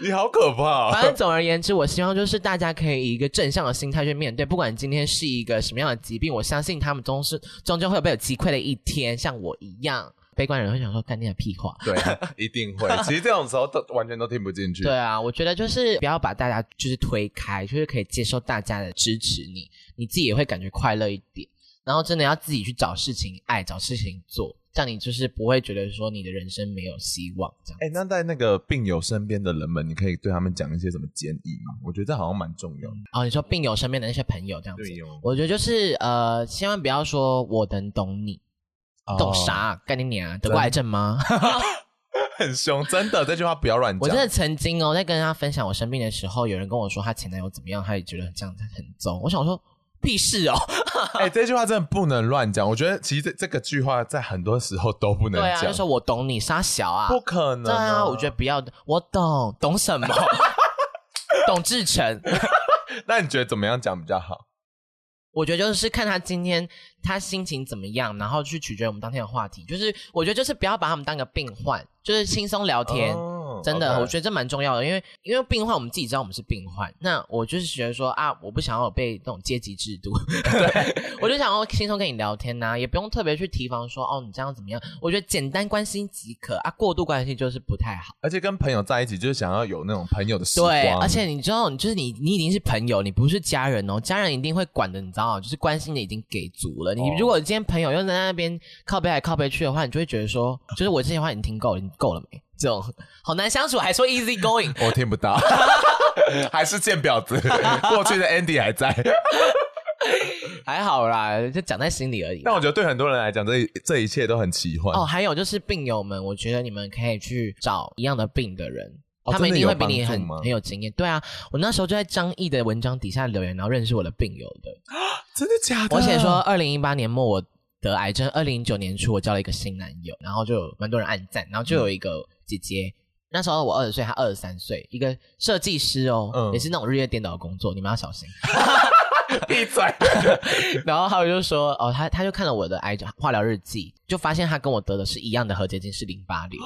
[SPEAKER 3] 你好可怕、
[SPEAKER 2] 反
[SPEAKER 3] 哦。
[SPEAKER 2] 正总而言之，我希望就是大家可以以一个正向的心态去面对，不管今天是一个什么样的疾病，我相信他们终是终究会有被有击溃的一天，像我一样。悲观的人会想说干你的屁话，
[SPEAKER 3] 对，啊一定会。其实这种时候都完全都听不进去。
[SPEAKER 2] 对啊，我觉得就是不要把大家就是推开，就是可以接受大家的支持你，你自己也会感觉快乐一点。然后真的要自己去找事情爱，找事情做，这样你就是不会觉得说你的人生没有希望这样。
[SPEAKER 3] 哎、那在那个病友身边的人们，你可以对他们讲一些什么建议吗？我觉得这好像蛮重要的。
[SPEAKER 2] 哦，你说病友身边的那些朋友这样子，
[SPEAKER 3] 哦，
[SPEAKER 2] 我觉得就是呃，千万不要说我能懂你，懂啥？干你娘，啊得过癌症 吗？
[SPEAKER 3] 哦很凶，真的这句话不要乱
[SPEAKER 2] 我
[SPEAKER 3] 讲
[SPEAKER 2] 真。的曾经哦，在跟他分享我生病的时候，有人跟我说她前男友怎么样，她也觉得这样很糟。我想说屁事哦，
[SPEAKER 3] 哎、这句话真的不能乱讲。我觉得其实这这个句话在很多时候都不能
[SPEAKER 2] 对啊，
[SPEAKER 3] 讲，
[SPEAKER 2] 就说我懂你，傻小啊，
[SPEAKER 3] 不可能、
[SPEAKER 2] 对
[SPEAKER 3] 哦
[SPEAKER 2] 啊，我觉得不要，我懂，懂 什么？懂志成，
[SPEAKER 3] 得，那你觉得怎么样讲比较好？
[SPEAKER 2] 我觉得就是看他今天他心情怎么样，然后去取决我们当天的话题。就是我觉得就是不要把他们当个病患，就是轻松聊天。
[SPEAKER 3] 哦
[SPEAKER 2] 真的
[SPEAKER 3] OK
[SPEAKER 2] 我觉得这蛮重要的，因为因为病患我们自己知道我们是病患，那我就是觉得说啊，我不想要有被那种阶级制度，对， 我就想要轻松跟你聊天呐、也不用特别去提防说哦你这样怎么样，我觉得简单关心即可啊，过度关心就是不太好。
[SPEAKER 3] 而且跟朋友在一起，就是想要有那种朋友的时光。
[SPEAKER 2] 对，而且你知道，就是你，你已经是朋友，你不是家人哦。家人一定会管的，你知道啊吗，就是关心的已经给足了。你
[SPEAKER 3] 哦
[SPEAKER 2] 如果今天朋友又在那边靠背来靠背去的话，你就会觉得 说，就是我这些话你听够了，你够了没？这种 好难相处，还说 easy going。
[SPEAKER 3] 我听不到， 还是贱婊子。过去的 Andy 还在，
[SPEAKER 2] 还好啦，就讲在心里而已。
[SPEAKER 3] 但我觉得对很多人来讲，这一这一切都很奇幻。
[SPEAKER 2] 哦，还有就是病友们，我觉得你们可以去找一样的病的人。
[SPEAKER 3] 哦
[SPEAKER 2] 他们一定会比
[SPEAKER 3] 真的
[SPEAKER 2] 你
[SPEAKER 3] 有帮助
[SPEAKER 2] 很
[SPEAKER 3] 吗
[SPEAKER 2] 很有经验，对啊，我那时候就在张毅的文章底下留言，然后认识我的病友的，
[SPEAKER 3] 真的假的？
[SPEAKER 2] 我写说，二零一八年末我得癌症，二零一九年初我交了一个新男友，然后就有蛮多人暗赞，然后就有一个姐
[SPEAKER 3] 嗯
[SPEAKER 2] 姐，那时候我二十岁，她二十三岁，一个设计师哦，
[SPEAKER 3] 嗯
[SPEAKER 2] 也是那种日夜颠倒的工作，你们要小心。
[SPEAKER 3] 闭嘴。
[SPEAKER 2] 然后还有就说，哦，她她就看了我的癌症化疗日记，就发现她跟我得的是一样的和结晶是淋巴 瘤，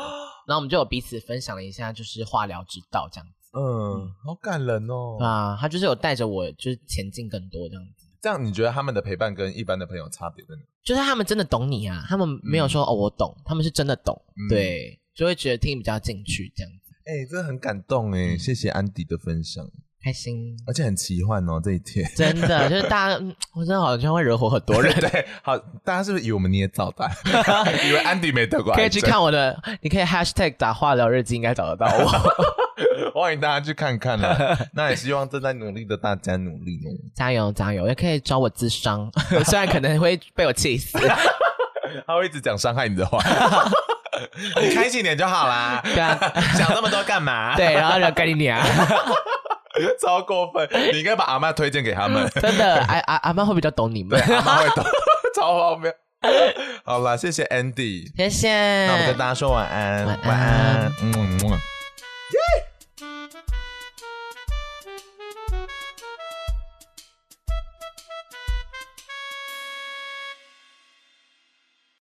[SPEAKER 2] 然后我们就有彼此分享了一下就是化疗之道这样子。
[SPEAKER 3] 嗯，好感人哦。
[SPEAKER 2] 啊，她就是有带着我就是前进更多这样子。
[SPEAKER 3] 这样你觉得他们的陪伴跟一般的朋友差别在哪？
[SPEAKER 2] 就是他们真的懂你啊，他们没有说、哦我懂，他们是真的懂，
[SPEAKER 3] 嗯
[SPEAKER 2] 对，就会觉得听比较进去这样子，
[SPEAKER 3] 哎、真的很感动
[SPEAKER 2] 嗯
[SPEAKER 3] 哎，谢谢安迪的分享，
[SPEAKER 2] 开 心。
[SPEAKER 3] 而且很奇幻哦，这一天。。
[SPEAKER 2] 真的就是大家，嗯我真的好像会惹火很多人
[SPEAKER 3] 对，好，大家是不是以为我们捏造 的？以为安迪没得过
[SPEAKER 2] 可
[SPEAKER 3] 癌
[SPEAKER 2] 以去
[SPEAKER 3] 症？
[SPEAKER 2] 看我的，你可以 hashtag 打化疗日记，应该找得到 我。
[SPEAKER 3] 欢迎大家去看看啦。那也希望正在努力的大家努力哦。
[SPEAKER 2] 加油加油，也可以找我咨商， 虽然可能会被我气死。
[SPEAKER 3] 他会一直讲伤害你的话， 你开心点就 好啦。
[SPEAKER 2] 对啊，
[SPEAKER 3] 想那么多干嘛？
[SPEAKER 2] 对，，然后就跟你娘，
[SPEAKER 3] 超过分！你应该把阿妈推荐给他 们，
[SPEAKER 2] 真的，阿阿阿妈会比较懂你们
[SPEAKER 3] 对，。阿妈会懂， 超荒谬。好啦，谢谢 Andy，
[SPEAKER 2] 谢谢。
[SPEAKER 3] 那我们跟大家说晚安，
[SPEAKER 2] 晚安
[SPEAKER 3] 嗯。嗯嗯